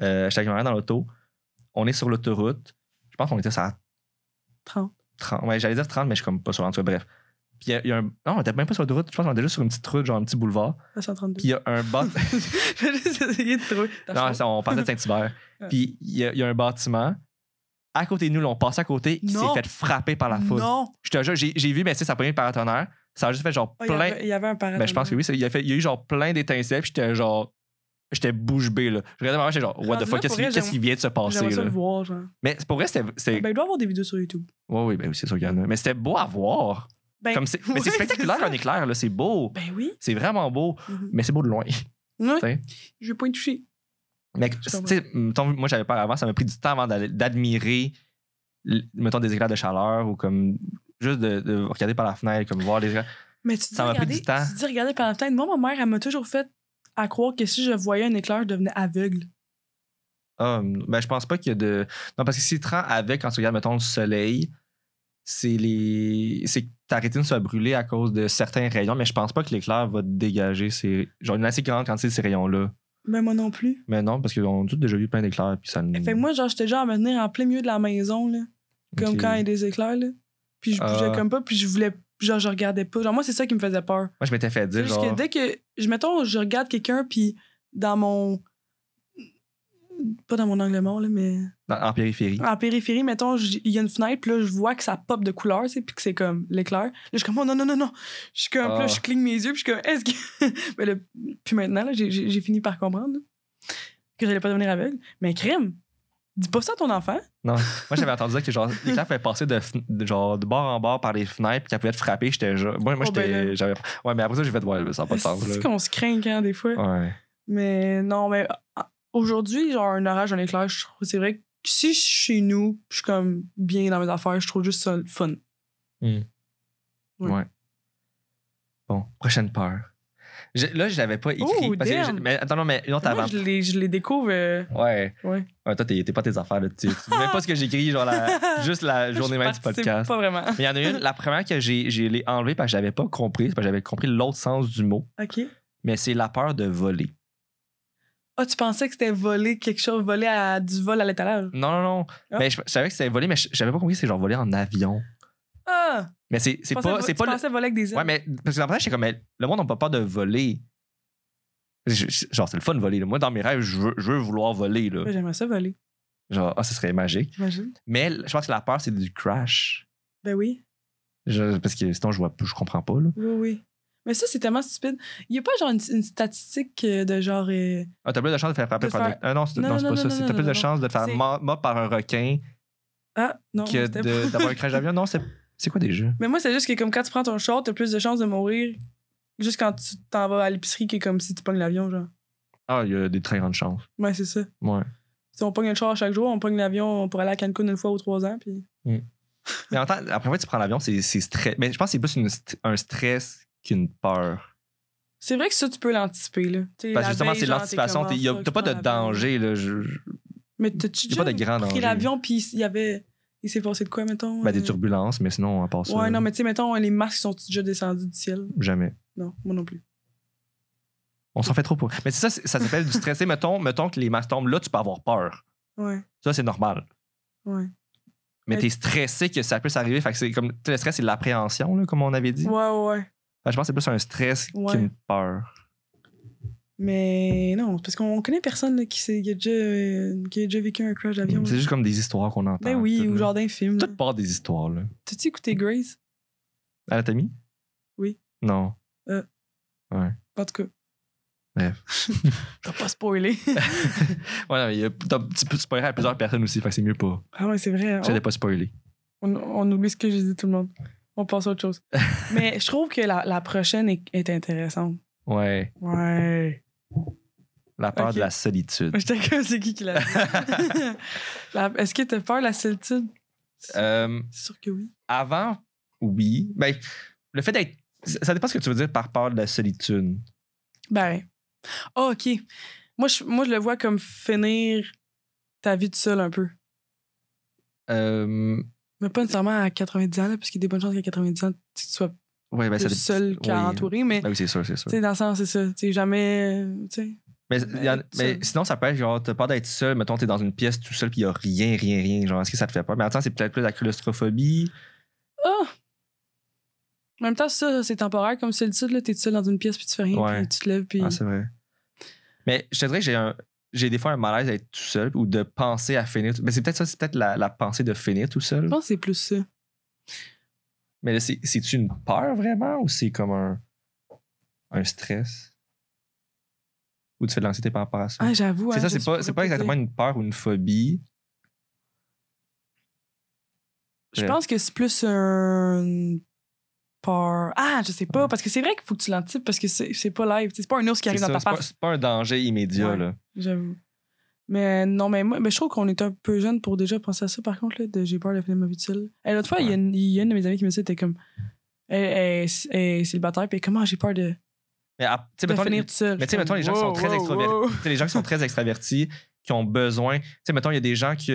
Speaker 4: Euh, j'étais avec ma mère dans l'auto. On est sur l'autoroute. Je pense qu'on était sur la
Speaker 5: 30.
Speaker 4: 30. Ouais, j'allais dire 30, mais je suis comme pas sûr. En tout cas, bref. Puis il y a- il y a un. Non, on était même pas sur l'autoroute. Je pense qu'on était juste sur une petite route, genre un petit boulevard.
Speaker 5: à 132.
Speaker 4: Puis il y a un [LAUGHS] bâtiment.
Speaker 5: Je vais juste essayer de trouver. ta
Speaker 4: non,
Speaker 5: chance.
Speaker 4: ça, on partait de Saint-Hubert.
Speaker 5: Ouais.
Speaker 4: Puis il y, a- il y a un bâtiment. À côté de nous, là, on passait à côté, qui s'est
Speaker 5: Non.
Speaker 4: fait frapper par la foudre.
Speaker 5: Non!
Speaker 4: Je te jure, j'ai j'ai vu, mais tu sais, ça a pogné le paratonnerre. Ça a juste fait genre
Speaker 5: Ah, il, y
Speaker 4: plein.
Speaker 5: avait, il y avait un parent.
Speaker 4: Ben, je pense que oui, ça- il y a, fait- il y a eu genre plein d'étincelles, puis j'étais genre. J'étais bouche bée, là. Je regardais ma mère, j'étais genre, what
Speaker 5: Rendu
Speaker 4: the
Speaker 5: là,
Speaker 4: fuck,
Speaker 5: pour
Speaker 4: qu'est-ce
Speaker 5: vrai,
Speaker 4: qui, qu'est-ce qui vient de se passer,
Speaker 5: hein. J'aimerais ça
Speaker 4: là?
Speaker 5: le voir, genre.
Speaker 4: Mais c'est- pour vrai, c'était. c'était-
Speaker 5: Ben, il doit avoir des vidéos sur YouTube.
Speaker 4: Ouais, oui, ben oui, c'est sûr qu'il y en a. Mais c'était beau à voir.
Speaker 5: Ben,
Speaker 4: Comme c'est- mais c'est
Speaker 5: oui,
Speaker 4: spectaculaire,
Speaker 5: ça.
Speaker 4: un éclair, là. C'est beau.
Speaker 5: Ben oui.
Speaker 4: C'est vraiment beau,
Speaker 5: Mhm.
Speaker 4: mais c'est beau de loin.
Speaker 5: Ouais.
Speaker 4: T'sais.
Speaker 5: Je vais pas y toucher.
Speaker 4: Mais tu
Speaker 5: comprends.
Speaker 4: sais, mettons, moi j'avais peur avant, ça m'a pris du temps avant d'aller- d'admirer, l- mettons, des éclairs de chaleur ou comme juste de, de regarder par la fenêtre, comme voir les éclairs.
Speaker 5: Mais tu dis,
Speaker 4: Ça m'a pris
Speaker 5: regardez,
Speaker 4: du temps.
Speaker 5: tu dis, regardez pendant le temps. Moi, ma mère, elle m'a toujours fait à croire que si je voyais un éclair, je devenais aveugle.
Speaker 4: Ah, ben je pense pas qu'il y a de. Non, parce que si tu te rends avec, quand tu regardes, mettons, le soleil, c'est les. C'est que ta rétine soit brûlée à cause de certains rayons, mais je pense pas que l'éclair va te dégager. C'est genre une assez grande quantité de ces rayons-là.
Speaker 5: Mais moi non plus.
Speaker 4: Mais non, parce qu'on a tous déjà vu plein d'éclairs, puis ça nous.
Speaker 5: Fait que moi, genre, j'étais genre à me tenir en plein milieu de la maison, là. Comme
Speaker 4: Ok.
Speaker 5: quand il y a des éclairs, là. Puis je bougeais
Speaker 4: Ah.
Speaker 5: comme pas, puis je voulais. Genre, je regardais pas. Genre, moi, c'est ça qui me faisait peur.
Speaker 4: Moi, je m'étais fait
Speaker 5: C'est
Speaker 4: dire.
Speaker 5: juste
Speaker 4: Genre...
Speaker 5: que dès que je mettons je regarde quelqu'un puis dans mon pas dans mon angle mort, là, mais
Speaker 4: dans- en périphérie.
Speaker 5: en périphérie, mettons, j- il y a une fenêtre, puis là, je vois que ça pop de couleur, tu sais, puis que c'est comme l'éclair. Là, je suis comme, oh non, non, non, non. Je suis comme, puis là,
Speaker 4: Ah.
Speaker 5: je cligne mes yeux, puis je suis comme, est-ce que. [LAUGHS] Mais le- puis maintenant, là, j'ai- j'ai j'ai fini par comprendre là, que j'allais pas devenir aveugle. Mais crime, dis pas ça à ton enfant.
Speaker 4: Moi, j'avais entendu dire que genre, les gens pouvaient passer de, fen- de genre, de bord en bord par les fenêtres, puis qu'elles pouvaient te frapper. J'étais genre. Moi, moi
Speaker 5: Oh, ben là.
Speaker 4: j'étais. j'avais- ouais, mais après ça, j'ai fait, ouais, ça n'a pas de sens.
Speaker 5: C'est
Speaker 4: Là.
Speaker 5: qu'on se craint quand, des fois.
Speaker 4: Ouais.
Speaker 5: Mais non, mais ah, aujourd'hui, genre un orage, un éclair, je trouve, c'est vrai que si je suis chez nous, je suis comme bien dans mes affaires, je trouve juste ça le fun. Ouais.
Speaker 4: Ouais. Bon, prochaine peur. Je- là, je l'avais pas écrit.
Speaker 5: Oh,
Speaker 4: parce que
Speaker 5: damn.
Speaker 4: je- mais attends, non, mais une autre
Speaker 5: Moi,
Speaker 4: avant.
Speaker 5: je les, je les découvre. euh,
Speaker 4: Ouais.
Speaker 5: Ouais.
Speaker 4: Ouais, toi, t'es t'es pas tes affaires. Là. Tu, tu- même pas ce que j'écris, genre
Speaker 5: [LAUGHS]
Speaker 4: la- juste la journée
Speaker 5: je
Speaker 4: même du
Speaker 5: participe
Speaker 4: podcast.
Speaker 5: Pas vraiment. [LAUGHS]
Speaker 4: Mais il y en a une, la première que j'ai j'ai l'ai enlevée parce que j'avais pas compris, c'est parce que j'avais compris l'autre sens du mot,
Speaker 5: OK.
Speaker 4: mais c'est la peur de voler.
Speaker 5: Ah, tu pensais que c'était voler quelque chose, voler à, du vol à l'étalage?
Speaker 4: Non, non, non.
Speaker 5: Ah.
Speaker 4: Mais je, je savais que c'était voler, mais je- j'avais pas compris que c'est genre voler en avion.
Speaker 5: Ah!
Speaker 4: Mais c'est c'est
Speaker 5: Tu pensais
Speaker 4: pas.
Speaker 5: vo-
Speaker 4: c'est
Speaker 5: tu
Speaker 4: pas le-
Speaker 5: pensais voler avec des ailes?
Speaker 4: Ouais, mais parce que l'avantage, c'est comme mais le monde n'a pas peur de voler. Je- je- Genre, c'est le fun de voler. là. Moi, dans mes rêves, je veux, je veux vouloir voler. Là.
Speaker 5: Ouais, J'aimerais ça voler,
Speaker 4: Genre, ah, ce serait magique.
Speaker 5: j'imagine.
Speaker 4: Mais l- je pense que la peur, c'est du crash.
Speaker 5: Ben oui.
Speaker 4: Je- parce que sinon, je vois plus, je comprends pas. Là.
Speaker 5: Oui, oui. Mais ça, c'est tellement stupide. Il n'y a pas genre une, une statistique euh, de genre. euh,
Speaker 4: Ah, t'as plus de chance de te faire frapper
Speaker 5: De
Speaker 4: par
Speaker 5: faire-
Speaker 4: des- Ah, non, c'est
Speaker 5: Non,
Speaker 4: non, c'est
Speaker 5: non,
Speaker 4: pas
Speaker 5: non,
Speaker 4: ça.
Speaker 5: non,
Speaker 4: C'est- T'as
Speaker 5: non,
Speaker 4: plus
Speaker 5: non,
Speaker 4: de chances de te faire
Speaker 5: c'est-
Speaker 4: mo- mordre par un requin
Speaker 5: Ah, non.
Speaker 4: que
Speaker 5: c'était
Speaker 4: de- d'avoir
Speaker 5: [LAUGHS]
Speaker 4: un crash d'avion. Non, c'est c'est quoi des jeux?
Speaker 5: Mais moi, c'est juste que comme quand tu prends ton short, t'as plus de chances de mourir juste quand tu t'en vas à l'épicerie que comme si tu pognes l'avion, genre.
Speaker 4: Ah, il y a des très grandes chances.
Speaker 5: Ouais, c'est ça.
Speaker 4: Ouais.
Speaker 5: Si on pogne le char chaque jour, on pogne l'avion pour aller à Cancun une fois ou trois ans, puis...
Speaker 4: Mais en tant, la première fois que tu prends l'avion, c'est c'est stress. Mais je pense que c'est plus une st- un stress qu'une peur.
Speaker 5: C'est vrai que ça, tu peux l'anticiper, là. T'sais,
Speaker 4: Parce
Speaker 5: la
Speaker 4: que justement,
Speaker 5: veille,
Speaker 4: c'est
Speaker 5: genre,
Speaker 4: l'anticipation.
Speaker 5: t'es
Speaker 4: T'es- y a-
Speaker 5: comme, Ah,
Speaker 4: T'as
Speaker 5: fuck,
Speaker 4: pas
Speaker 5: je
Speaker 4: de
Speaker 5: prends l'avion.
Speaker 4: danger. Là, je- je-
Speaker 5: Mais t'as-tu
Speaker 4: y a pas de
Speaker 5: déjà
Speaker 4: grand
Speaker 5: pris
Speaker 4: danger.
Speaker 5: l'avion, puis il y avait... Il s'est passé de quoi, mettons?
Speaker 4: Ben,
Speaker 5: euh,
Speaker 4: des turbulences, mais sinon, à part ça,
Speaker 5: Ouais, non, mais tu sais, mettons, les masques sont déjà descendus du ciel?
Speaker 4: jamais.
Speaker 5: Non, moi non plus.
Speaker 4: On s'en fait trop pour. Mais c'est ça, c'est- ça s'appelle du stressé. Mettons, mettons que les masques tombent, là, tu peux avoir peur.
Speaker 5: Ouais,
Speaker 4: Ça, c'est normal.
Speaker 5: ouais.
Speaker 4: Mais
Speaker 5: Mais-
Speaker 4: t'es stressé que ça puisse arriver. Fait que c'est comme. tu sais, Le stress, c'est de l'appréhension, là, comme on avait dit.
Speaker 5: Ouais, ouais, ouais.
Speaker 4: Fait que je pense que c'est plus un stress
Speaker 5: Ouais.
Speaker 4: qu'une peur.
Speaker 5: Mais non, parce qu'on connaît personne là, qui, s'est- qui a déjà, euh, qui a déjà vécu un crash d'avion.
Speaker 4: C'est juste comme des histoires qu'on entend.
Speaker 5: Ben oui,
Speaker 4: tout,
Speaker 5: ou
Speaker 4: là.
Speaker 5: genre d'un film. là.
Speaker 4: Toute part des histoires, là.
Speaker 5: T'as-tu écouté Grace?
Speaker 4: Anatomie?
Speaker 5: Oui.
Speaker 4: Non.
Speaker 5: En tout cas.
Speaker 4: Bref.
Speaker 5: [LAUGHS] Je vais pas spoiler.
Speaker 4: Ouais, non, mais il y a- t'as- tu peux spoiler à plusieurs personnes aussi. Fait que c'est mieux pas.
Speaker 5: [LAUGHS] ah ouais, c'est vrai. hein. Oh,
Speaker 4: J'allais pas spoiler.
Speaker 5: On, on oublie ce que j'ai dit tout le monde. On passe à
Speaker 4: [LAUGHS]
Speaker 5: autre chose. Mais je trouve que la, la prochaine est, est intéressante.
Speaker 4: Ouais.
Speaker 5: [LAUGHS] Ouais.
Speaker 4: La peur
Speaker 5: Ok.
Speaker 4: de la solitude.
Speaker 5: J'étais comme, c'est qui qui l'a dit? [LAUGHS] La- Est-ce que t'as peur de la solitude?
Speaker 4: Euh,
Speaker 5: C'est sûr que oui.
Speaker 4: avant, oui. Ben, le fait d'être. Ça dépend ce que tu veux dire par peur de la solitude.
Speaker 5: Ben. Ah, OK. Moi je, moi, je le vois comme finir ta vie tout seul un peu.
Speaker 4: Euh,
Speaker 5: Mais pas nécessairement à 90 ans, là, parce qu'il y a des bonnes chances qu'à 90 ans, tu sois
Speaker 4: ouais, ben, ça
Speaker 5: plus
Speaker 4: dépend-
Speaker 5: seul qu'à
Speaker 4: oui.
Speaker 5: entouré, mais
Speaker 4: Ben oui, c'est sûr, c'est sûr.
Speaker 5: Tu sais, dans le sens, c'est ça. Tu sais, jamais. euh, Tu sais.
Speaker 4: Mais, il y en-
Speaker 5: être
Speaker 4: mais
Speaker 5: seul.
Speaker 4: sinon, ça peut être genre, t'as peur d'être seul, mettons, t'es dans une pièce tout seul, puis il a rien, rien, rien. Genre, est-ce que ça te fait peur? Mais attends, c'est peut-être plus la claustrophobie.
Speaker 5: Ah! En même temps, ça, c'est temporaire. Comme solitude, là, t'es tout seul dans une pièce, puis tu fais rien,
Speaker 4: Ouais.
Speaker 5: puis tu te lèves, puis.
Speaker 4: Ah, c'est vrai. Mais je te dirais que j'ai un. J'ai des fois un malaise d'être tout seul ou de penser à finir. tout- Mais c'est peut-être ça, c'est peut-être la, la pensée de finir tout seul.
Speaker 5: je pense que c'est plus ça.
Speaker 4: Mais là, c'est- c'est-tu une peur vraiment ou c'est comme un, un stress? Ou tu fais de l'anxiété par rapport à ça?
Speaker 5: Ah, j'avoue.
Speaker 4: c'est ça,
Speaker 5: hein, je
Speaker 4: c'est pas,
Speaker 5: pourrais
Speaker 4: c'est pas
Speaker 5: dire.
Speaker 4: exactement une peur ou une phobie.
Speaker 5: Je pense que c'est plus un. Peur. Ah, je sais pas,
Speaker 4: Ouais.
Speaker 5: parce que c'est vrai qu'il faut que tu l'anticipes, parce que c'est c'est pas live. tu sais, C'est pas un ours qui
Speaker 4: C'est
Speaker 5: arrive
Speaker 4: ça,
Speaker 5: dans ta
Speaker 4: c'est pas,
Speaker 5: part.
Speaker 4: c'est pas un danger immédiat.
Speaker 5: Ouais.
Speaker 4: Là.
Speaker 5: J'avoue. Mais non, mais moi, mais je trouve qu'on est un peu jeune pour déjà penser à ça, par contre, là, de j'ai peur de finir ma vie de seule. Et l'autre fois, il y, a une- il y a une de mes amies qui me disait, t'es comme. Elle, elle, elle est célibataire, puis comment j'ai peur de,
Speaker 4: Mais à- tu sais,
Speaker 5: de
Speaker 4: mettons, les-
Speaker 5: finir tout seul.
Speaker 4: mais tu sais, mettons, les gens qui sont très extrovertis. tu sais, les gens qui sont très extravertis, qui ont besoin. Tu sais, mettons, il y a des gens qui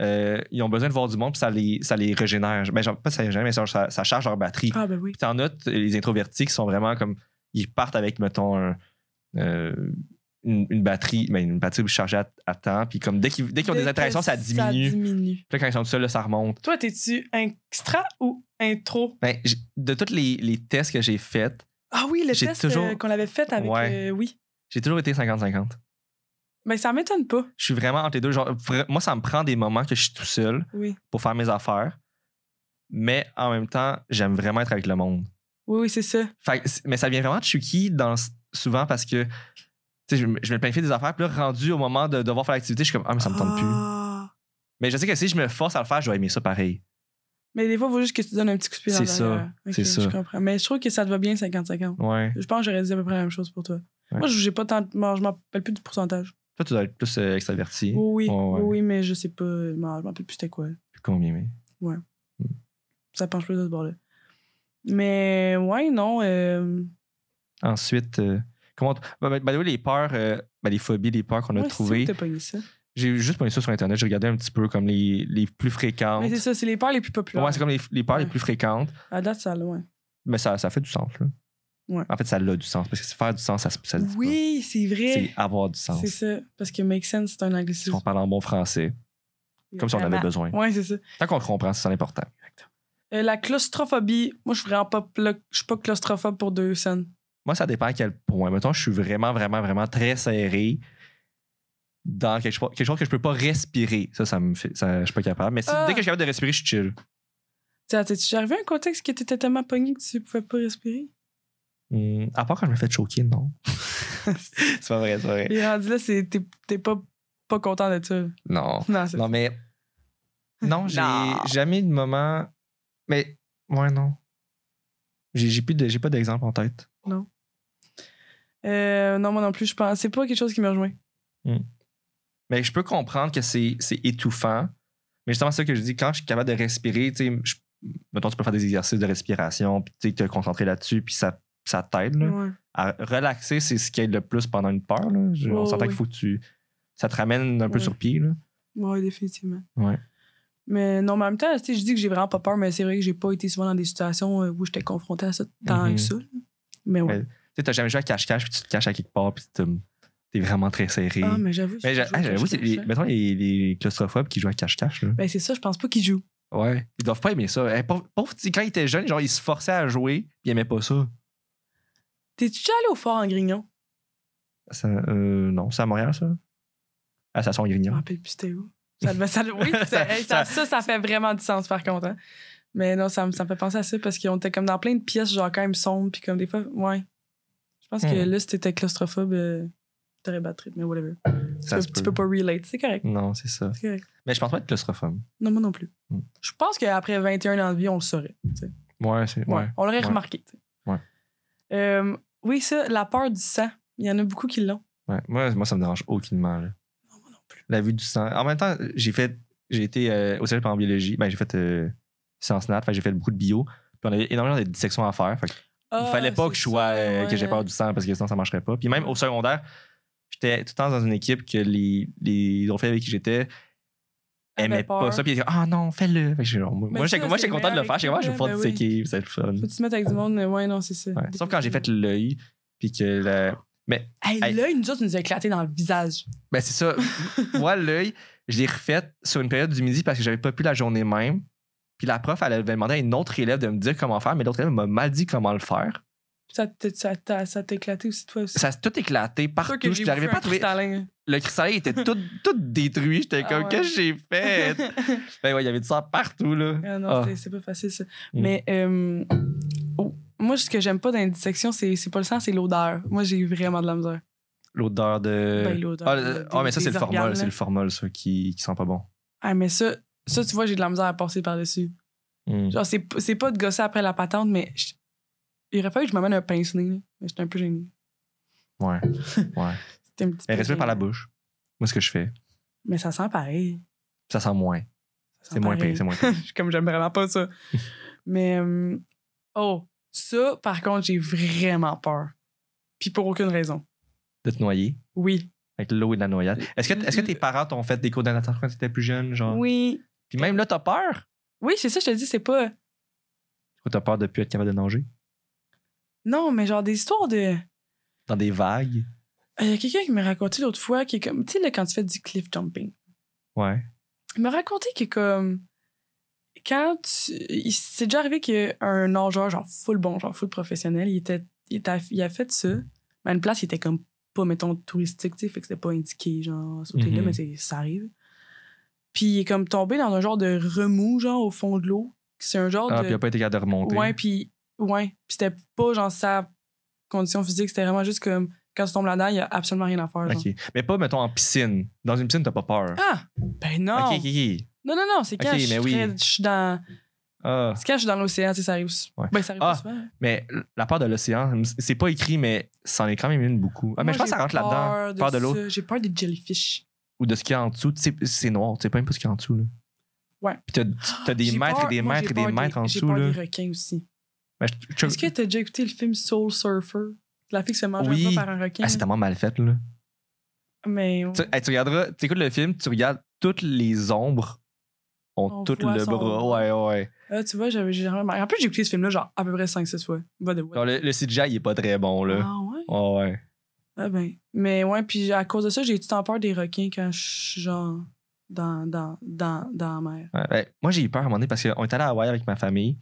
Speaker 4: ils ont besoin de voir du monde, puis ça les, ça les régénère. Ben, genre, pas ça les régénère, mais ça, ça- ça charge leur batterie.
Speaker 5: Ah, ben oui.
Speaker 4: Puis t'en as t- les introvertis qui sont vraiment comme. Ils partent avec, mettons, un- euh, une, une batterie, ben, une batterie chargée à, à temps. Puis comme dès qu'ils dès qu'ils ont des
Speaker 5: Dès
Speaker 4: interactions,
Speaker 5: que
Speaker 4: ça diminue. Puis
Speaker 5: diminue.
Speaker 4: là, quand ils sont tout seuls, là, ça remonte.
Speaker 5: Toi, t'es-tu extra ou intro?
Speaker 4: Ben, j- de tous les, les tests que j'ai faits,
Speaker 5: Ah oui, le
Speaker 4: J'ai
Speaker 5: test
Speaker 4: toujours-
Speaker 5: euh, qu'on avait fait avec.
Speaker 4: Ouais.
Speaker 5: euh, oui.
Speaker 4: j'ai toujours été 50-50.
Speaker 5: Mais ça m'étonne pas.
Speaker 4: Je suis vraiment entre les deux. Genre, vra- moi, ça me prend des moments que je suis tout seul
Speaker 5: Oui.
Speaker 4: pour faire mes affaires. Mais en même temps, j'aime vraiment être avec le monde.
Speaker 5: Oui, oui, c'est ça.
Speaker 4: Fait que c- mais ça vient vraiment de Chucky dans, souvent parce que tu sais, je, me- je me planifie des affaires. Puis là, rendu au moment de devoir faire l'activité, je suis comme, ah, mais ça me tente plus.
Speaker 5: Ah.
Speaker 4: Mais je sais que si je me force à le faire, je vais aimer ça pareil.
Speaker 5: Mais des fois, il faut juste que tu donnes un petit coup de pied dans
Speaker 4: C'est
Speaker 5: le
Speaker 4: ça.
Speaker 5: derrière. Ok,
Speaker 4: C'est ça.
Speaker 5: Je comprends. Mais je trouve que ça te va bien 50-50.
Speaker 4: Ouais.
Speaker 5: Je pense que j'aurais dit à peu près la même chose pour toi.
Speaker 4: Ouais.
Speaker 5: Moi, j'ai pas tant. moi, je m'en rappelle plus du pourcentage.
Speaker 4: Toi, tu dois être plus euh, extraverti.
Speaker 5: Oui, oui,
Speaker 4: Ouais, ouais.
Speaker 5: oui, oui, mais je sais pas. Je m'en je m'en rappelle plus c'était quoi.
Speaker 4: Puis Combien, mais.
Speaker 5: Ça penche plus de ce bord-là. Mais ouais, non. euh,
Speaker 4: Ensuite, euh, comment. t- Bah, bah, by the way, les peurs, euh, bah, les phobies, les peurs qu'on a
Speaker 5: ouais, c'est où
Speaker 4: trouvées.
Speaker 5: t'as pogné ça?
Speaker 4: J'ai juste pogné ça sur Internet. J'ai regardé un petit peu comme les, les plus fréquentes.
Speaker 5: Mais c'est ça, c'est les peurs les plus populaires.
Speaker 4: Ouais, c'est comme les, les peurs les
Speaker 5: Ouais.
Speaker 4: plus fréquentes.
Speaker 5: À date, ça loin.
Speaker 4: Mais ça, ça fait du sens, là.
Speaker 5: Ouais.
Speaker 4: En fait, ça a du sens. Parce que c'est faire du sens, ça, se- ça se dit
Speaker 5: Oui, c'est
Speaker 4: pas.
Speaker 5: vrai.
Speaker 4: C'est avoir du sens.
Speaker 5: C'est ça. Parce que make sense, c'est un
Speaker 4: Si
Speaker 5: anglicisme.
Speaker 4: on parle en bon français, comme si on en avait
Speaker 2: Vraiment.
Speaker 4: besoin.
Speaker 5: Ouais, c'est ça.
Speaker 4: Tant qu'on le comprend, c'est ça l'important.
Speaker 5: Euh, la claustrophobie, moi, je suis vraiment pas, pla- je suis pas claustrophobe pour deux scènes.
Speaker 4: Moi, ça dépend à quel point. Mettons, je suis vraiment, vraiment, vraiment très serré dans quelque chose, quelque chose que je peux pas respirer. Ça, ça me fait. ça- je suis pas capable. Mais si-
Speaker 5: Ah!
Speaker 4: dès que je suis capable de respirer, je suis chill.
Speaker 5: Tu sais, tu arrivé à un contexte que t'étais tellement pogné que tu pouvais pas respirer?
Speaker 4: Hum, à part quand je me fais choquer, non. [LAUGHS] c'est pas vrai, c'est pas vrai.
Speaker 5: Et rendu là, c'est- t'es t'es pas, pas content de ça.
Speaker 4: Non.
Speaker 5: Non, c'est
Speaker 4: Non, mais.
Speaker 5: [LAUGHS]
Speaker 4: Non, j'ai
Speaker 2: Non.
Speaker 4: jamais eu de moment. Mais. Ouais, non. J'ai j'ai plus de- j'ai pas d'exemple en tête.
Speaker 5: Euh, non, moi non plus, je pense. C'est pas quelque chose qui me rejoint.
Speaker 4: Mais je peux comprendre que c'est c'est étouffant. Mais justement, c'est ça que je dis, quand je suis capable de respirer, tu sais, je- mettons, tu peux faire des exercices de respiration, puis tu sais, te concentrer là-dessus, puis ça, ça t'aide. là.
Speaker 5: Ouais.
Speaker 4: À relaxer, c'est ce qui aide le plus pendant une peur. Là. Je- on
Speaker 5: Ouais,
Speaker 4: s'entend
Speaker 5: ouais.
Speaker 4: qu'il faut que tu. Ça te ramène un peu
Speaker 5: Ouais.
Speaker 4: sur pied. Là.
Speaker 5: Ouais, définitivement.
Speaker 4: Ouais.
Speaker 5: Mais non, mais en même temps, tu sais, je dis que j'ai vraiment pas peur, mais c'est vrai que j'ai pas été souvent dans des situations euh, où j'étais confrontée à ça tant
Speaker 4: Mhm.
Speaker 5: que ça. là. Mais ouais.
Speaker 4: Ouais. Tu sais, t'as jamais joué à cache-cache, puis tu te caches à quelque part, puis tu t'es vraiment très serré.
Speaker 5: Ah, mais j'avoue.
Speaker 4: Mais
Speaker 5: je-
Speaker 4: j'a-
Speaker 5: je-
Speaker 4: ah, j'avoue,
Speaker 5: je-
Speaker 4: c'est
Speaker 5: je-
Speaker 4: les- mettons les, les claustrophobes qui jouent à cache-cache. là.
Speaker 5: Ben, c'est ça, je pense pas qu'ils jouent.
Speaker 4: Ouais. Ils doivent pas aimer ça. Hey, pauvre, pauvre petit, quand ils étaient jeunes, genre, ils se forçaient à jouer, puis ils aimaient pas ça.
Speaker 5: T'es-tu déjà allé au fort en Grignon?
Speaker 4: Ça, euh, non, c'est à Montréal, ça. Ah, À Sasson
Speaker 5: Je me
Speaker 4: Grignon.
Speaker 5: rappelle plus c'était où. Ça devait- ça-
Speaker 4: [LAUGHS]
Speaker 5: oui, c'est- hey,
Speaker 4: Ça-
Speaker 5: ça, ça, ça fait vraiment du sens par contre. hein. Mais non, ça, me- ça me fait penser à ça parce qu'on était comme dans plein de pièces, genre quand même sombres, puis comme des fois, ouais. Je pense que
Speaker 4: Hmm. Ah,
Speaker 5: là, si t'étais claustrophobe, euh, t'aurais battu, mais whatever. Tu
Speaker 4: Ça
Speaker 5: peux,
Speaker 4: se
Speaker 5: Ah, tu
Speaker 4: peut.
Speaker 5: peux pas relate, c'est correct.
Speaker 4: Non, c'est ça.
Speaker 5: c'est correct.
Speaker 4: Mais je pense pas être claustrophobe.
Speaker 5: Non, moi non plus.
Speaker 4: Hmm.
Speaker 5: Je pense qu'après 21 ans de vie, on le saurait. tu sais.
Speaker 4: Ouais, c'est.
Speaker 5: Ouais,
Speaker 4: Ouais.
Speaker 5: On l'aurait remarqué. tu sais.
Speaker 4: Ouais.
Speaker 5: Euh, oui, ça, la peur du sang. Il y en a beaucoup qui l'ont.
Speaker 4: ouais. Moi, moi, ça me dérange aucunement. Là.
Speaker 5: Non, moi non plus.
Speaker 4: La vue du sang. En même temps, j'ai fait. J'ai été euh, au cégep en biologie. Ben, j'ai fait euh, sciences nat. Fait que j'ai fait beaucoup de bio. Puis on avait énormément de dissections à faire. Fait que
Speaker 5: Ah,
Speaker 4: il fallait pas que je sois euh, que j'ai peur du sang parce que sinon ça marcherait pas. Puis même au secondaire, j'étais tout le temps dans une équipe que les les autres filles avec qui j'étais
Speaker 5: Avaient
Speaker 4: aimaient pas
Speaker 5: peur.
Speaker 4: ça puis ils disaient ah non fais-le Fait que j'ai genre, moi
Speaker 5: Mais
Speaker 4: moi, j'étais
Speaker 5: ça,
Speaker 4: moi, j'étais
Speaker 5: c'est
Speaker 4: content de le faire
Speaker 5: meilleur
Speaker 4: j'étais comme Ah, je vais
Speaker 5: équipe,
Speaker 4: pas
Speaker 5: là, ben
Speaker 4: disséquer ça va être fun
Speaker 5: Faut que tu te mettes avec du monde, mais ouais, non, c'est ça.
Speaker 4: Ouais. sauf quand j'ai fait l'œil puis que la-
Speaker 5: Hey,
Speaker 4: Hey.
Speaker 5: là, nous autres, nous a éclaté dans le visage.
Speaker 4: ben c'est
Speaker 5: [LAUGHS]
Speaker 4: ça moi l'œil je l'ai refait sur une période du midi parce que j'avais pas pu la journée même puis la prof elle avait demandé à une autre élève de me dire comment faire mais l'autre élève m'a mal dit comment le faire
Speaker 5: Ça t'a ça t'a- ça t'a éclaté aussi, toi aussi.
Speaker 4: ça a tout éclaté partout
Speaker 5: Sûr que j'ai
Speaker 4: je n'arrivais
Speaker 5: bouffé
Speaker 4: pas
Speaker 5: un
Speaker 4: à trouver
Speaker 5: cristallin.
Speaker 4: le cristallin était [LAUGHS] tout, tout détruit. J'étais
Speaker 5: Ah
Speaker 4: comme,
Speaker 5: ouais.
Speaker 4: qu'est-ce que j'ai fait? [LAUGHS] ben ouais, il y avait du sang partout, là.
Speaker 5: [LAUGHS] Ah non,
Speaker 4: Ah.
Speaker 5: c'est- c'est pas facile, ça.
Speaker 4: Mm.
Speaker 5: Mais euh, oh, moi, ce que j'aime pas dans les dissections, c'est c'est pas le sang, c'est l'odeur. Moi, j'ai eu vraiment de la misère.
Speaker 4: L'odeur de.
Speaker 5: Ben, l'odeur
Speaker 4: ah,
Speaker 5: de-
Speaker 4: le-
Speaker 5: des-
Speaker 4: ah, mais ça, c'est
Speaker 5: des
Speaker 4: le
Speaker 5: organes,
Speaker 4: formol.
Speaker 5: là.
Speaker 4: C'est le formol, ça, qui, qui sent pas bon.
Speaker 5: Ah, mais ça, ça, tu vois, j'ai de la misère à passer par-dessus.
Speaker 4: Hmm.
Speaker 5: Genre, c'est p- c'est pas de gosser après la patente, mais je- il aurait fallu que je m'amène un pince-nez. là. Mais j'étais un peu gênée.
Speaker 4: Ouais. ouais.
Speaker 5: [LAUGHS] C'était un petit
Speaker 4: Mais
Speaker 5: peu
Speaker 4: respire par la
Speaker 5: gênant.
Speaker 4: bouche. Moi, ce que je fais,
Speaker 5: Mais ça sent pareil.
Speaker 4: ça sent moins.
Speaker 5: Ça sent
Speaker 4: C'est moins pire.
Speaker 5: [LAUGHS] pareil.
Speaker 4: C'est moins pire.
Speaker 5: Je suis comme j'aime vraiment
Speaker 4: [LAUGHS]
Speaker 5: pas ça. Mais euh, oh, ça par contre, j'ai vraiment peur. Puis pour aucune raison.
Speaker 4: De te noyer.
Speaker 5: Oui.
Speaker 4: Avec l'eau et de la noyade.
Speaker 5: Euh,
Speaker 4: Est-ce que, est-ce que tes parents t'ont fait des cours de natation quand t'étais plus jeune? Genre?
Speaker 5: Oui.
Speaker 4: Puis même là, t'as peur?
Speaker 5: Oui, c'est ça, je te dis, c'est pas
Speaker 4: Ou t'as peur de plus être capable de nager?
Speaker 5: Non, mais genre des histoires de euh,
Speaker 4: Dans des vagues?
Speaker 5: il y a quelqu'un qui m'a raconté l'autre fois qui est comme tu sais là quand tu fais du cliff jumping.
Speaker 4: Ouais.
Speaker 5: Il m'a raconté que comme quand tu... il- c'est déjà arrivé qu'un nageur genre full bon, genre full professionnel, il était il, était- il a fait ça, mais à une place il était comme pas, mettons, touristique, tu sais, fait que c'était pas indiqué, genre, sauter là,
Speaker 4: Mhm.
Speaker 5: mais c'est- ça arrive. Puis il est comme tombé dans un genre de remous, genre, au fond de l'eau. C'est un genre
Speaker 4: Ah,
Speaker 5: de.
Speaker 4: puis il a pas été capable de remonter.
Speaker 5: Ouais, puis ouais, puis c'était pas genre sa condition physique, c'était vraiment juste comme quand tu tombes là-dedans, il y a absolument rien à faire. genre.
Speaker 4: OK. Mais pas, mettons, en piscine. Dans une piscine, t'as pas peur.
Speaker 5: Ah, ben non.
Speaker 4: OK, OK, OK.
Speaker 5: Non non non, c'est quand
Speaker 4: Ok,
Speaker 5: je suis
Speaker 4: mais oui.
Speaker 5: très- je suis dans
Speaker 4: Ah.
Speaker 5: c'est quand je suis dans l'océan, tu sais, ça arrive. sou-
Speaker 4: Ouais.
Speaker 5: Ben ça arrive
Speaker 4: Ah,
Speaker 5: pas souvent.
Speaker 4: Mais la peur de l'océan, c'est pas écrit, mais c'en est quand même une beaucoup. Ah, mais
Speaker 5: Moi,
Speaker 4: je pense que ça
Speaker 5: j'ai
Speaker 4: rentre là-dedans. Peur de l'eau
Speaker 5: ça. J'ai peur des jellyfish.
Speaker 4: ou de ce qu'il y a en dessous. Tu sais, C'est noir, tu sais pas même pas ce qu'il y a en dessous. Là.
Speaker 5: Ouais.
Speaker 4: Puis t'as- t'as des
Speaker 5: J'ai
Speaker 4: mètres
Speaker 5: peur-
Speaker 4: et des
Speaker 5: moi, j'ai
Speaker 4: mètres et
Speaker 5: peur
Speaker 4: des mètres en
Speaker 5: J'ai
Speaker 4: dessous.
Speaker 5: peur
Speaker 4: Là.
Speaker 5: des requins aussi.
Speaker 4: Mais je- Ah, je-
Speaker 5: Est-ce que t'as déjà écouté le film Soul Surfer? La fille qui se fait manger
Speaker 4: Oui.
Speaker 5: un peu par un requin.
Speaker 4: Ah, c'est tellement mal fait. Là.
Speaker 5: mais
Speaker 4: Tu, hey, tu regarderas, tu écoutes le film, tu regardes toutes les ombres ont
Speaker 5: On
Speaker 4: toutes
Speaker 5: voit
Speaker 4: le
Speaker 5: son
Speaker 4: bras. Ouais, ouais.
Speaker 5: Ah, tu vois, j'avais j'ai jamais remarqué. En plus, j'ai écouté ce film-là genre à peu près 5-6 fois. By the way.
Speaker 4: Non, le, le CGI, il est pas très bon. là.
Speaker 5: Ah ouais?
Speaker 4: Ouais, ouais.
Speaker 5: Ah ben. Mais ouais, puis à cause de ça, j'ai tout en peur des requins quand je suis genre dans, dans, dans, dans la mer.
Speaker 4: Ouais, ouais. Ben, Moi, j'ai eu peur à un moment donné parce qu'on est allé à Hawaï avec ma famille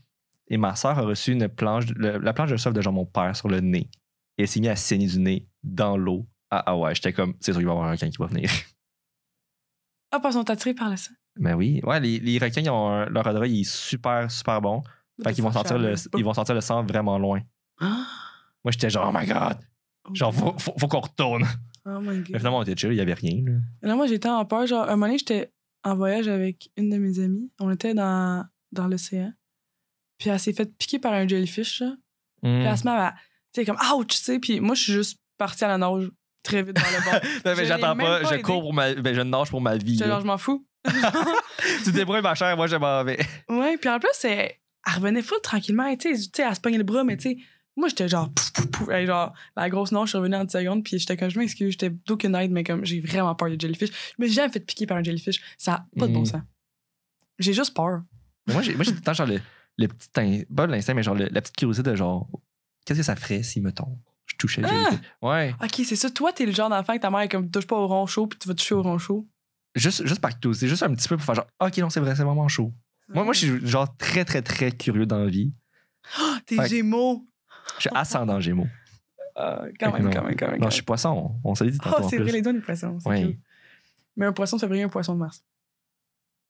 Speaker 4: et ma soeur a reçu une planche, de- le- la planche de surf de genre mon père sur le nez. Et elle s'est mise à saigner du nez dans l'eau à Hawaï. J'étais comme, c'est sûr qu'il va y avoir un requin qui va venir. [LAUGHS]
Speaker 5: Ah, parce qu'on t'attire par la sang.
Speaker 4: Mais Ben oui, ouais, les, les requins, ils ont un- leur odorat, il est super, super bon. Fait qu'ils vont sentir, le,
Speaker 5: [GASPS]
Speaker 4: ils vont sentir le sang vraiment loin.
Speaker 5: Ah!
Speaker 4: Moi, j'étais genre, oh my god,
Speaker 5: Oh
Speaker 4: genre,
Speaker 5: my
Speaker 4: faut, faut, faut qu'on retourne.
Speaker 5: God. Oh my
Speaker 4: Mais
Speaker 5: god.
Speaker 4: finalement, on était chill, il y avait rien. là.
Speaker 5: Là, moi, j'étais en peur. Genre, un moment donné, j'étais en voyage avec une de mes amies. On était dans, dans l'océan. Puis elle s'est faite piquer par un jellyfish, là. Puis
Speaker 4: Hmm.
Speaker 5: elle se met à. Tu sais, comme, ouch, tu sais. Puis moi, je suis juste partie à la nage très vite dans le bord.
Speaker 4: Non, mais
Speaker 5: Je
Speaker 4: j'attends
Speaker 5: l'ai même
Speaker 4: pas,
Speaker 5: pas
Speaker 4: je
Speaker 5: aidé.
Speaker 4: cours pour ma, ben, je nage pour ma vie.
Speaker 5: J'étais
Speaker 4: là.
Speaker 5: genre, je m'en fous.
Speaker 4: tu te débrouilles, ma chère, moi, je m'en vais.
Speaker 5: Ouais, puis en plus, elle, elle revenait full tranquillement, tu sais, tu sais, elle se pognait le bras, mais tu sais, moi, j'étais genre, pouf, pouf, pouf, hey, genre, la grosse noire, je suis revenue en 10 secondes, puis j'étais comme, je m'excuse, j'étais d'aucune aide, mais comme, j'ai vraiment peur des jellyfish. Je me suis jamais fait piquer par un jellyfish, ça a pas de bon
Speaker 4: Mm.
Speaker 5: sens. J'ai juste peur.
Speaker 4: Mais moi, j'ai moi, j'ai tout le temps, genre, le, le petit. in- Pas l'instinct, mais genre, le- la petite curiosité de genre, qu'est-ce que ça ferait si, mettons, je touchais. le
Speaker 5: Ah!
Speaker 4: jellyfish? Ouais.
Speaker 5: Ok, c'est ça, toi, t'es le genre d'enfant que ta mère est comme, touche pas au rond chaud, puis tu vas toucher au rond chaud.
Speaker 4: Juste, juste par curiosité, juste un petit peu pour faire genre, ok, non, c'est vrai, c'est vraiment chaud. Moi, moi, je suis genre très, très, très curieux dans la vie.
Speaker 5: Ah, T'es
Speaker 4: Fait que-
Speaker 5: gémeaux!
Speaker 4: Je suis ascendant Gémeaux.
Speaker 5: Euh,
Speaker 4: Fait
Speaker 5: quand,
Speaker 4: que
Speaker 5: même,
Speaker 4: non.
Speaker 5: quand même, quand même, quand
Speaker 4: Non, je suis poisson, on s'est dit
Speaker 5: même.
Speaker 4: tantôt
Speaker 5: Oh,
Speaker 4: en
Speaker 5: c'est vrai,
Speaker 4: plus.
Speaker 5: les deux, les poissons. c'est
Speaker 4: Ouais.
Speaker 5: cool. Mais un poisson de février, un poisson de mars.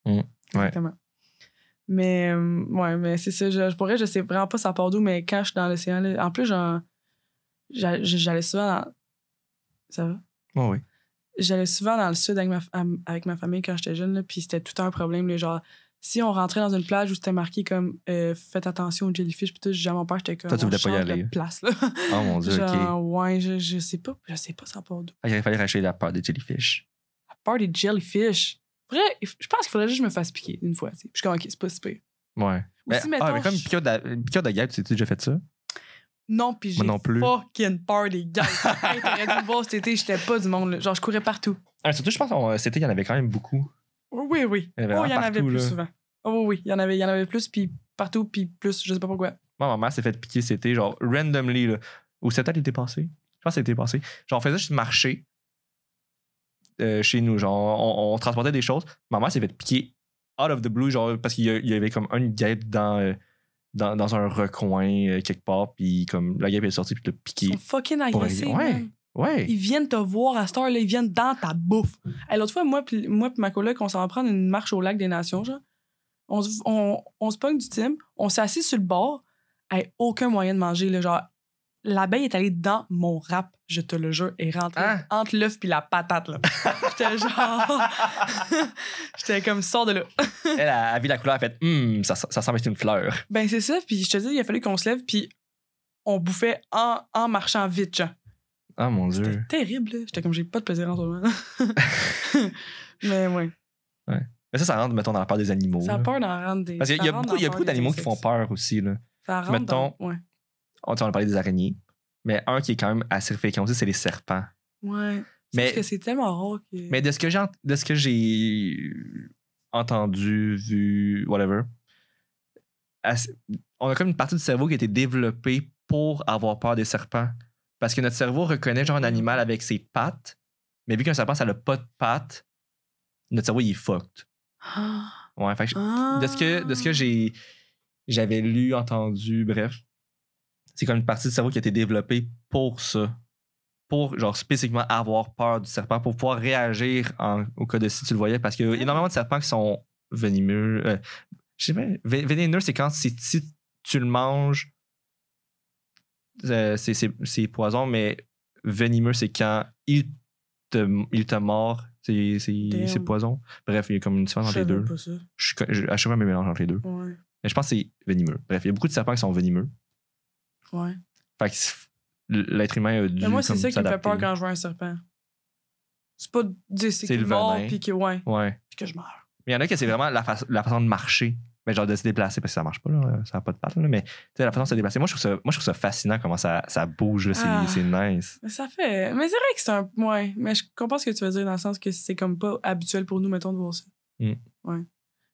Speaker 4: Mm, ouais.
Speaker 5: Exactement. Mais, euh, ouais, mais c'est ça. Je, je pourrais, je sais vraiment pas ça part d'où, mais quand je suis dans l'océan, là, en plus, genre, j'a- j'allais souvent dans. Ça va?
Speaker 4: Ouais, ouais.
Speaker 5: J'allais souvent dans le sud avec ma, f- am- avec ma famille quand j'étais jeune, là, puis c'était tout un problème. là, genre, si on rentrait dans une plage où c'était marqué comme euh, faites attention aux jellyfish, puis tout, j'ai à mon père, j'étais comme.
Speaker 4: Toi, tu
Speaker 5: on
Speaker 4: voulais pas y
Speaker 5: change de
Speaker 4: aller.
Speaker 5: Place, là.
Speaker 4: Oh
Speaker 5: [LAUGHS]
Speaker 4: mon dieu, ok.
Speaker 5: genre, ouais, je, je sais pas, je sais pas ça part d'où.
Speaker 4: Fait qu'il fallait racheter la peur des jellyfish.
Speaker 5: La peur des jellyfish. Vrai, je pense qu'il faudrait juste que je me fasse piquer une fois. tu sais. Puis je suis comme, ok, c'est pas si pire.
Speaker 4: Ouais.
Speaker 5: Ou
Speaker 4: Mais,
Speaker 5: si,
Speaker 4: ah,
Speaker 5: mettons,
Speaker 4: mais comme
Speaker 5: je-
Speaker 4: piqûre de, une piqûre de guêpe, tu sais, déjà fait ça?
Speaker 5: Non, puis j'ai
Speaker 4: non plus.
Speaker 5: fucking peur des gars. hey, t'aurais dû me voir cet été, j'étais pas du monde. là. Genre, je courais partout.
Speaker 4: Ah, surtout, je pense qu'on- c'était, il y en avait quand même beaucoup.
Speaker 5: Oui, oui.
Speaker 4: Il y en avait
Speaker 5: oh, il y en
Speaker 4: partout,
Speaker 5: avait plus
Speaker 4: là.
Speaker 5: souvent. Oh, oui, oui, il y en avait, il y en avait plus, puis partout, puis plus, je sais pas pourquoi.
Speaker 4: Moi, ma mère s'est fait piquer, c'était genre randomly, là. Ou c'était peut-être l'été passé. Je pense que c'était l'été passé. Genre, on faisait juste marcher euh, chez nous. Genre, on, on transportait des choses. Ma mère s'est fait piquer out of the blue, genre, parce qu'il y a- il y avait comme une guêpe dans, euh, dans, dans un recoin euh, quelque part. Puis, comme, la guêpe est sortie, puis l'a
Speaker 5: Ils
Speaker 4: piqué.
Speaker 5: sont fucking
Speaker 4: Pour
Speaker 5: agressifs.
Speaker 4: rien. Ouais.
Speaker 5: man.
Speaker 4: Ouais.
Speaker 5: Ils viennent te voir à cette heure-là, ils viennent dans ta bouffe. Hey, L'autre fois, moi puis moi, puis ma coloc, on s'en va prendre une marche au lac des Nations, genre. On, se- on, on se pogne du team, on s'assit sur le bord. Hey, aucun moyen de manger, là, genre. L'abeille est allée dans mon rap, je te le jure, et rentrée
Speaker 4: Hein?
Speaker 5: entre l'œuf puis la patate, là. [LAUGHS] J'étais genre... [LAUGHS] J'étais comme, sors de là.
Speaker 4: Elle a, a vu la couleur, elle a fait, hum, ça, ça semble être une fleur.
Speaker 5: Ben, c'est ça, puis je te dis, il a fallu qu'on se lève, puis on bouffait en, en marchant vite, genre.
Speaker 4: Ah, mon
Speaker 5: C'était
Speaker 4: Dieu.
Speaker 5: terrible, là. J'étais comme, j'ai pas de plaisir en ce moment.
Speaker 4: [LAUGHS]
Speaker 5: Mais ouais,
Speaker 4: Mais ça, ça rentre, mettons, dans la peur des animaux.
Speaker 5: ça a
Speaker 4: là.
Speaker 5: peur d'en rendre des.
Speaker 4: Parce qu'il y a- il y a beaucoup, il y a beaucoup d'animaux qui font peur aussi, là.
Speaker 5: Ça rentre
Speaker 4: Mettons-
Speaker 5: dans- Ouais.
Speaker 4: on, on a parlé des araignées, mais un qui est quand même assez fréquent aussi, c'est les serpents.
Speaker 5: Ouais. Mais...
Speaker 4: Mais,
Speaker 5: Parce que c'est tellement rare que.
Speaker 4: mais de ce que j'ai ent- de ce que j'ai entendu, vu, whatever, assez- on a comme une partie du cerveau qui a été développée pour avoir peur des serpents. Parce que notre cerveau reconnaît genre un animal avec ses pattes, mais vu qu'un serpent, ça n'a pas de pattes, notre cerveau, il est fucked.
Speaker 5: [GASPS] Ah.
Speaker 4: Ouais, fait que de ce que, de ce que j'ai, j'avais lu, entendu, bref, c'est comme une partie du cerveau qui a été développée pour ça, pour genre spécifiquement avoir peur du serpent, pour pouvoir réagir en- au cas de si tu le voyais, parce qu'il y a énormément de serpents qui sont venimeux. euh, je sais pas, vé- vénéneux, c'est quand si, si tu le manges, euh, c'est- c'est c'est poison, mais venimeux, c'est quand il te, il te mord, c'est c'est-
Speaker 5: Damn.
Speaker 4: c'est poison. Bref, il y a comme une différence
Speaker 5: Je
Speaker 4: entre les
Speaker 5: savais
Speaker 4: deux.
Speaker 5: pas ça.
Speaker 4: Je, suis co- je, à chaque fois, je me mélange entre les deux.
Speaker 5: Ouais.
Speaker 4: Mais je pense que c'est venimeux. Bref, il y a beaucoup de serpents qui sont venimeux.
Speaker 5: Ouais.
Speaker 4: Fait que c'est- l'être humain a dû
Speaker 5: Mais moi, c'est
Speaker 4: comme
Speaker 5: ça qui me fait
Speaker 4: s'adapter.
Speaker 5: peur quand je vois un serpent. C'est pas de dire
Speaker 4: C'est
Speaker 5: c'est qu'il
Speaker 4: le
Speaker 5: est mort
Speaker 4: venin.
Speaker 5: puis que, ouais,
Speaker 4: Ouais.
Speaker 5: puis que je meurs.
Speaker 4: Mais il y en a qui c'est vraiment la, fa- la façon de marcher. Mais genre de se déplacer, parce que ça marche pas, là, ça n'a pas de patte, là, mais tu sais, la façon de se déplacer. Moi, je trouve ça, moi, je trouve ça fascinant comment ça, ça bouge, là, c'est
Speaker 5: Ah.
Speaker 4: c'est nice.
Speaker 5: Mais ça fait. Mais c'est vrai que c'est un. Ouais. Mais je comprends ce que tu veux dire dans le sens que c'est comme pas habituel pour nous, mettons, de voir ça.
Speaker 4: Mm.
Speaker 5: Ouais.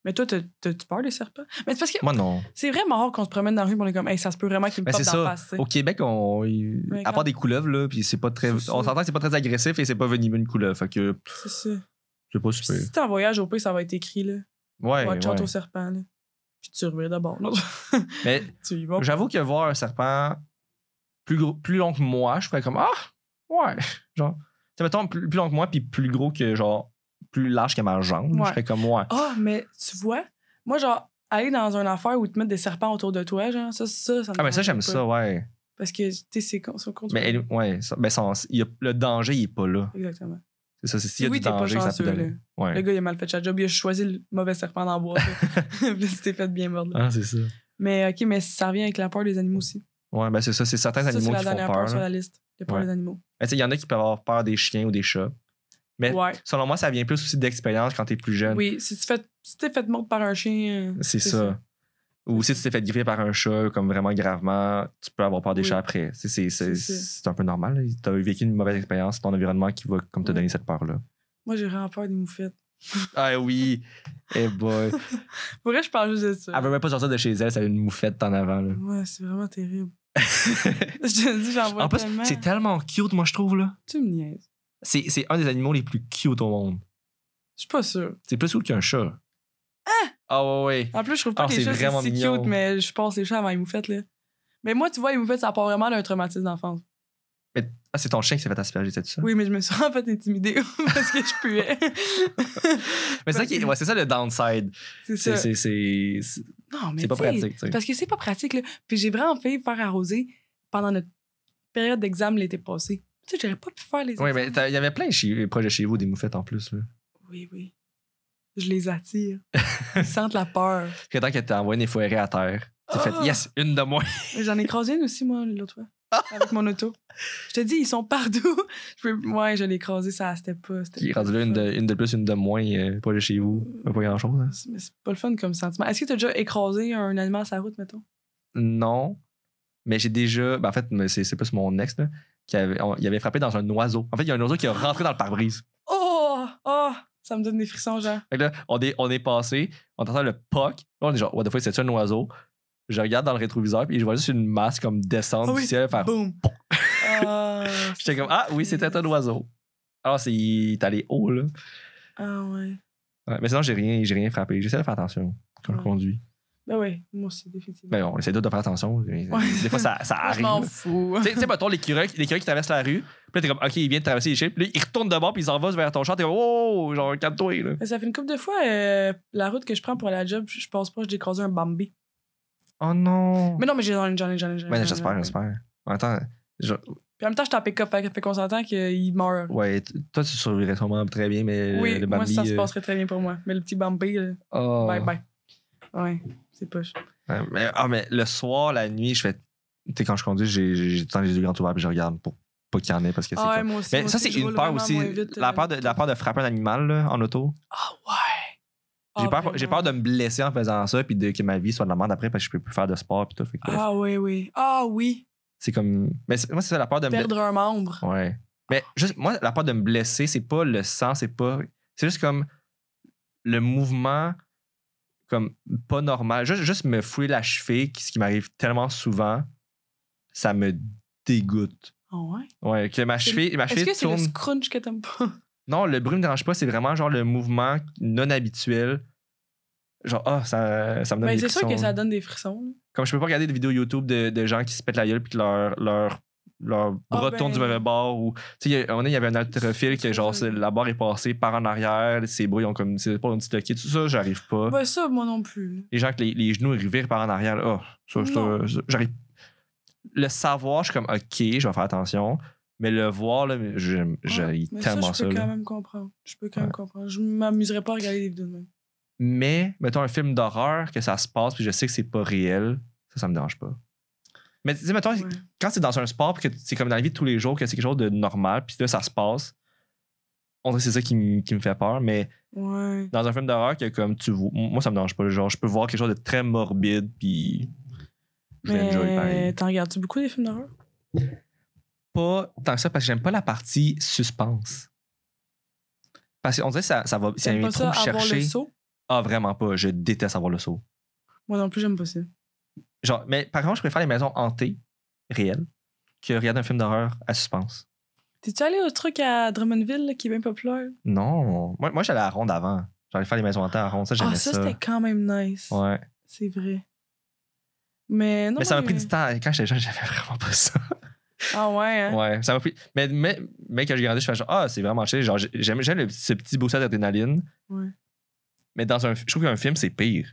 Speaker 5: Mais toi, t'as- t'as-tu peur des serpents? Mais c'est parce que
Speaker 4: Moi, non.
Speaker 5: c'est vraiment rare qu'on se promène dans la rue et on est comme, hey, ça se peut vraiment qu'ils me
Speaker 4: Ben,
Speaker 5: popent
Speaker 4: c'est
Speaker 5: dans
Speaker 4: ça.
Speaker 5: la face. tu sais.
Speaker 4: Au Québec, on, il-
Speaker 5: Ouais,
Speaker 4: à
Speaker 5: grave.
Speaker 4: part des couleuvres, là, puis c'est pas très.
Speaker 5: C'est
Speaker 4: On
Speaker 5: ça.
Speaker 4: s'entend que c'est pas très agressif et c'est pas venimeux une couleuvre. Fait que
Speaker 5: C'est ça.
Speaker 4: c'est pas
Speaker 5: Puis
Speaker 4: super.
Speaker 5: Si t'es en voyage, au pays, ça va être écrit, là.
Speaker 4: Ouais,
Speaker 5: Watch out
Speaker 4: ouais.
Speaker 5: au serpent, là. Puis tu reviens d'abord. Non,
Speaker 4: Mais
Speaker 5: [LAUGHS] tu y vas.
Speaker 4: j'avoue que voir un serpent plus, gros, plus long que moi, je ferais comme Ah, ouais. [LAUGHS] Genre, tu sais, mettons plus, plus long que moi, puis plus gros que genre, plus large que ma jambe.
Speaker 5: Ouais.
Speaker 4: Je ferais comme moi.
Speaker 5: Ah, mais tu vois, moi, genre, aller dans une affaire où ils te mettent des serpents autour de toi, genre, ça, ça, ça me
Speaker 4: Ah, mais ça,
Speaker 5: tente
Speaker 4: j'aime
Speaker 5: pas.
Speaker 4: ça, ouais.
Speaker 5: Parce que, tu sais, c'est con, c'est con-
Speaker 4: Mais elle- ouais, ça- ben, ça- il y a- le danger, il est pas là.
Speaker 5: Exactement.
Speaker 4: C'est ça, c'est s'il y a
Speaker 5: Oui,
Speaker 4: du
Speaker 5: t'es pas
Speaker 4: danger, ça peut
Speaker 5: chanceux,
Speaker 4: donner.
Speaker 5: Le
Speaker 4: Ouais.
Speaker 5: gars, il a mal fait sa job, il a choisi le mauvais serpent dans le bois.
Speaker 4: [LAUGHS]
Speaker 5: là. [LAUGHS] Puis il s'était fait bien mordre. là.
Speaker 4: Ah, c'est ça.
Speaker 5: Mais, OK, mais ça revient avec la peur des animaux aussi.
Speaker 4: Ouais, ben c'est ça, c'est certains
Speaker 5: ça, c'est
Speaker 4: animaux
Speaker 5: la
Speaker 4: qui font
Speaker 5: dernière
Speaker 4: peur.
Speaker 5: peur sur
Speaker 4: là.
Speaker 5: la liste. La peur
Speaker 4: Ouais.
Speaker 5: des animaux.
Speaker 4: Mais tu sais, il y en a qui peuvent avoir peur des chiens ou des chats. Mais
Speaker 5: Ouais.
Speaker 4: selon moi, ça vient plus aussi d'expérience quand t'es plus jeune.
Speaker 5: Oui, si tu fais- si t'es fait mordre par un chien. euh,
Speaker 4: C'est ça. Ou si tu t'es fait griffer par un chat, comme vraiment gravement, tu peux avoir peur des
Speaker 5: Oui.
Speaker 4: chats après. C'est- C'est c'est-
Speaker 5: C'est ça.
Speaker 4: c'est un peu normal. là. T'as vécu une mauvaise expérience, c'est ton environnement qui va comme te
Speaker 5: Ouais.
Speaker 4: donner cette peur-là.
Speaker 5: Moi, j'ai vraiment peur des moufettes.
Speaker 4: Ah oui! Eh
Speaker 5: [LAUGHS]
Speaker 4: boy!
Speaker 5: Pour vrai, je parle juste de ça.
Speaker 4: Elle veut même pas sortir de chez elle, ça a une moufette en avant. là.
Speaker 5: Ouais, c'est
Speaker 4: [LAUGHS]
Speaker 5: vraiment terrible. je te dis, j'en vois
Speaker 4: en plus,
Speaker 5: tellement.
Speaker 4: c'est tellement cute, moi, je trouve. là.
Speaker 5: Tu me niaises.
Speaker 4: C'est c'est un des animaux les plus cute au monde.
Speaker 5: Je suis pas sûre.
Speaker 4: C'est plus cute qu'un chat.
Speaker 5: Hein?
Speaker 4: Ah! ouais, ouais.
Speaker 5: En plus, je trouve pas
Speaker 4: Ah,
Speaker 5: que
Speaker 4: c'est
Speaker 5: les chats, c'est
Speaker 4: vraiment
Speaker 5: si
Speaker 4: mignon.
Speaker 5: cute, mais je pense les chats avant les moufettes, là. Mais moi, tu vois, les moufettes, ça part vraiment d'un traumatisme d'enfance.
Speaker 4: Ah, c'est ton chien qui s'est fait asperger, c'est ça?
Speaker 5: Oui, mais je me suis [LAUGHS] en fait intimidée parce que je
Speaker 4: [LAUGHS]
Speaker 5: puais.
Speaker 4: Mais c'est ça, qui est- ouais, c'est ça le downside.
Speaker 5: c'est
Speaker 4: C'est-
Speaker 5: ça.
Speaker 4: C'est c'est- c'est-
Speaker 5: Non, mais
Speaker 4: c'est pas
Speaker 5: tu sais,
Speaker 4: pratique. tu sais.
Speaker 5: Parce que c'est pas pratique, là. Puis j'ai vraiment failli me faire arroser pendant notre période d'examen l'été passé. Tu sais, j'aurais pas pu faire les
Speaker 4: Oui, mais
Speaker 5: examens.
Speaker 4: t'as- il y avait plein chez, proches de chez vous, des moufettes en plus. Là.
Speaker 5: Oui, oui. Je
Speaker 4: [LAUGHS]
Speaker 5: les attire. Ils sentent la peur.
Speaker 4: Puis tant que t'as envoyé des foirées à terre, t'as
Speaker 5: Ah!
Speaker 4: fait yes, une de
Speaker 5: [LAUGHS]
Speaker 4: moins.
Speaker 5: Mais J'en ai écrasé une aussi, moi, l'autre fois. Avec mon auto. Je te dis, ils sont partout. [LAUGHS] Je peux... Ouais, je l'ai écrasé, ça, c'était pas. c'était
Speaker 4: Puis
Speaker 5: pas
Speaker 4: rendu
Speaker 5: le
Speaker 4: là, une
Speaker 5: fun.
Speaker 4: de, une de plus, une de moins, euh, proche de chez vous. Pas grand chose. Hein.
Speaker 5: C'est- Mais c'est pas le fun comme sentiment. Est-ce que t'as déjà écrasé un animal sur la route, mettons?
Speaker 4: Non, mais j'ai déjà. ben, en fait, mais c'est c'est plus mon ex, là, qui avait, on- il avait frappé dans un oiseau. En fait, il y a un oiseau qui est rentré dans le pare-brise.
Speaker 5: Oh! Oh! Ça me donne des frissons, genre.
Speaker 4: Fait que là, on est, on est passé, on entend le poc. Là, on est genre, what the fuck, c'est-tu un oiseau? Je regarde dans le rétroviseur, puis je vois juste une masse comme descendre
Speaker 5: Ah oui.
Speaker 4: du ciel. Faire... [LAUGHS]
Speaker 5: Boum! Ah,
Speaker 4: J'étais comme, ah oui, c'était un oiseau. Alors, c'est il est allé haut, là.
Speaker 5: Ah, ouais.
Speaker 4: Ouais, mais sinon, j'ai rien, j'ai rien frappé. J'essaie de faire attention quand je
Speaker 5: Ouais.
Speaker 4: conduis.
Speaker 5: Ben ouais, moi aussi, définitivement.
Speaker 4: Mais on essaie tous de faire attention. mais
Speaker 5: Ouais.
Speaker 4: Des fois, ça, ça
Speaker 5: [LAUGHS] Moi, je m'en
Speaker 4: arrive.
Speaker 5: fous.
Speaker 4: Tu sais- tu sais, mettons, l'écureuil l'écureuil qui traverse la rue. Puis là, t'es comme, OK, il vient de traverser les chips. Puis là, il retourne de bord, puis il s'en va vers ton champ. T'es comme, oh, genre, calme-toi, là.
Speaker 5: Mais ça fait une couple de fois, euh, la route que je prends pour aller à la job, je je pense pas que j'ai écrasé un Bambi.
Speaker 4: Oh non.
Speaker 5: Mais euh, non, mais j'ai j'en ai, j'en ai, j'en ai, j'en ai, j'en
Speaker 4: Mais
Speaker 5: ai.
Speaker 4: j'espère, j'espère. En même temps, je-
Speaker 5: Puis en même temps, je suis en pick-up, fait fait qu'on s'entend qu'il meurt.
Speaker 4: ouais, t- toi, tu survivrais sûrement très bien, mais
Speaker 5: oui,
Speaker 4: le
Speaker 5: moi,
Speaker 4: Bambi.
Speaker 5: ça se
Speaker 4: euh,
Speaker 5: passerait très bien pour moi. Mais le petit Bambi, là,
Speaker 4: oh.
Speaker 5: bye bye. Ouais, c'est poche.
Speaker 4: Ouais, mais, ah, mais le soir, la nuit, je fais. Tu sais, quand je conduis, j'ai j'ai- j'ai tout le temps les yeux grands ouverts, puis je regarde pour pas qu'il y en ait, parce que c'est
Speaker 5: Ah ouais,
Speaker 4: comme-
Speaker 5: moi aussi.
Speaker 4: Mais
Speaker 5: moi
Speaker 4: ça,
Speaker 5: aussi,
Speaker 4: c'est
Speaker 5: je
Speaker 4: une
Speaker 5: roule
Speaker 4: peur
Speaker 5: vraiment
Speaker 4: aussi.
Speaker 5: moins vite,
Speaker 4: la
Speaker 5: euh,
Speaker 4: peur de, la peur de frapper un animal là, en auto.
Speaker 5: Ah ouais!
Speaker 4: J'ai
Speaker 5: Ah,
Speaker 4: peur, j'ai
Speaker 5: vraiment.
Speaker 4: peur de me blesser en faisant ça, puis de, que ma vie soit de la merde après, parce que je peux plus faire de sport, puis tout. Fait que bref,
Speaker 5: Ah oui, oui. Ah oui!
Speaker 4: C'est comme. Mais c'est- moi, c'est ça, la peur de me.
Speaker 5: Perdre un membre.
Speaker 4: blesser. Ouais. Mais juste, moi, la peur de me blesser, c'est pas le sang, c'est pas. C'est juste comme le mouvement, comme pas normal. Juste, juste me fouler la cheville, qui- ce qui m'arrive tellement souvent, ça me dégoûte.
Speaker 5: Ah ouais?
Speaker 4: Ouais, que ma
Speaker 5: C'est-
Speaker 4: cheville, ma
Speaker 5: Est-ce
Speaker 4: cheville
Speaker 5: que c'est le
Speaker 4: tourne
Speaker 5: scrunch que t'aimes pas?
Speaker 4: Non, le bruit me dérange pas, c'est vraiment genre le mouvement non habituel. Genre, ah, ça, ça me donne
Speaker 5: Ben,
Speaker 4: des
Speaker 5: c'est sûr que
Speaker 4: frissons. hein.
Speaker 5: ça donne des frissons. là.
Speaker 4: Comme je peux pas regarder des vidéos YouTube de, de gens qui se pètent la gueule puis que leur, leur leur bras
Speaker 5: Ah,
Speaker 4: tourne du
Speaker 5: ben.
Speaker 4: même bord. Ou, tu sais, il y a- à un moment donné, il y avait un altrophile
Speaker 5: C'est
Speaker 4: que genre,
Speaker 5: ça.
Speaker 4: c'est- la barre est passée par en arrière, ses bras, ils ont comme, c'est pas un petit loquet, tout ça, j'arrive pas.
Speaker 5: Ben, ça, moi non plus.
Speaker 4: Les gens que les, les genoux ils revirent par en arrière, là, oh, ça, ça,
Speaker 5: Non.
Speaker 4: ça, j'arrive. Le savoir, je suis comme, ok, je vais faire attention. Mais le voir, là, je- j'haïs
Speaker 5: Mais
Speaker 4: tellement
Speaker 5: ça,
Speaker 4: ça.
Speaker 5: je peux
Speaker 4: là.
Speaker 5: quand même comprendre. Je peux quand même
Speaker 4: Ouais.
Speaker 5: comprendre. Je m'amuserais pas à regarder des vidéos de même.
Speaker 4: Mais, mettons un film d'horreur, que ça se passe, puis je sais que c'est pas réel, ça, ça me dérange pas. Mais tu sais, mettons,
Speaker 5: Ouais.
Speaker 4: quand c'est dans un sport, puis que c'est comme dans la vie de tous les jours, que c'est quelque chose de normal, puis là, ça se passe, on dirait que c'est ça qui, me- qui me fait peur. Mais
Speaker 5: Ouais.
Speaker 4: dans un film d'horreur, que comme tu vois, moi, ça me dérange pas. Genre, je peux voir quelque chose de très morbide, puis je vais enjoy
Speaker 5: Mais
Speaker 4: pareil.
Speaker 5: t'en regardes-tu beaucoup des films d'horreur?
Speaker 4: Pas tant que ça, parce que j'aime pas la partie suspense. Parce qu'on dirait que ça, ça va. Ça
Speaker 5: T'aimes
Speaker 4: vient
Speaker 5: pas ça,
Speaker 4: trop
Speaker 5: avoir le
Speaker 4: chercher.
Speaker 5: saut?
Speaker 4: Ah, vraiment pas. Je déteste avoir le saut.
Speaker 5: Moi non plus, j'aime pas ça.
Speaker 4: Genre, mais par contre, je préfère les maisons hantées, réelles, que regarder un film d'horreur à suspense.
Speaker 5: T'es-tu allé au truc à Drummondville là, qui est bien populaire?
Speaker 4: Non. Moi, moi j'allais à la ronde avant. J'allais faire les maisons hantées à la ronde. Ça, j'aimais
Speaker 5: Ah, ça,
Speaker 4: ça.
Speaker 5: c'était quand même nice.
Speaker 4: Ouais.
Speaker 5: C'est vrai. Mais non.
Speaker 4: mais ça m'a
Speaker 5: moi,
Speaker 4: pris du temps. Quand j'étais jeune, [LAUGHS] j'avais vraiment pas ça.
Speaker 5: Ah ouais, hein?
Speaker 4: Ouais, ça m'a pris. Mais, mais, mais quand j'ai grandi, je fais genre, ah, c'est vraiment chill. Genre, j'aime, j'aime le- ce petit boost d'adrénaline.
Speaker 5: Ouais.
Speaker 4: Mais dans un, je trouve qu'un film, c'est pire.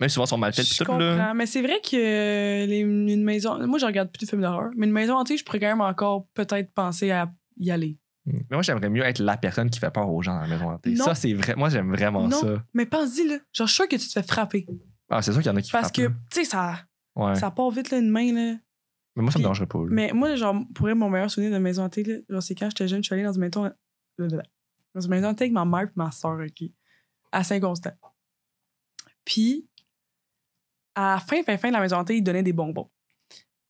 Speaker 4: Même souvent, ils sont mal faits. puis
Speaker 5: Je
Speaker 4: tout, là.
Speaker 5: comprends, mais c'est vrai que euh, les, une maison. Moi, je regarde plus de films d'horreur, mais une maison hantée, je pourrais quand même encore peut-être penser à y aller.
Speaker 4: Mais moi, j'aimerais mieux être la personne qui fait peur aux gens dans la maison hantée.
Speaker 5: Non.
Speaker 4: Ça, c'est vrai. Moi, j'aime vraiment
Speaker 5: Non.
Speaker 4: ça.
Speaker 5: Mais pense-y, là. Genre, je suis sûre que tu te fais frapper.
Speaker 4: Ah, c'est sûr qu'il y en a qui
Speaker 5: Parce
Speaker 4: frappent,
Speaker 5: que,
Speaker 4: là.
Speaker 5: tu sais, ça,
Speaker 4: Ouais.
Speaker 5: ça part vite, là, une main, là.
Speaker 4: Mais moi, ça me
Speaker 5: Puis-
Speaker 4: dérangerait pas. là.
Speaker 5: Mais moi, genre, pour vrai, mon meilleur souvenir de maison hantée, là, genre, c'est quand j'étais jeune, je suis allée dans une maison, euh, dans une maison hantée avec ma mère et ma soeur, OK, à Saint-Constant. Puis, à la fin, fin, fin de la maison hantée, ils donnaient des bonbons.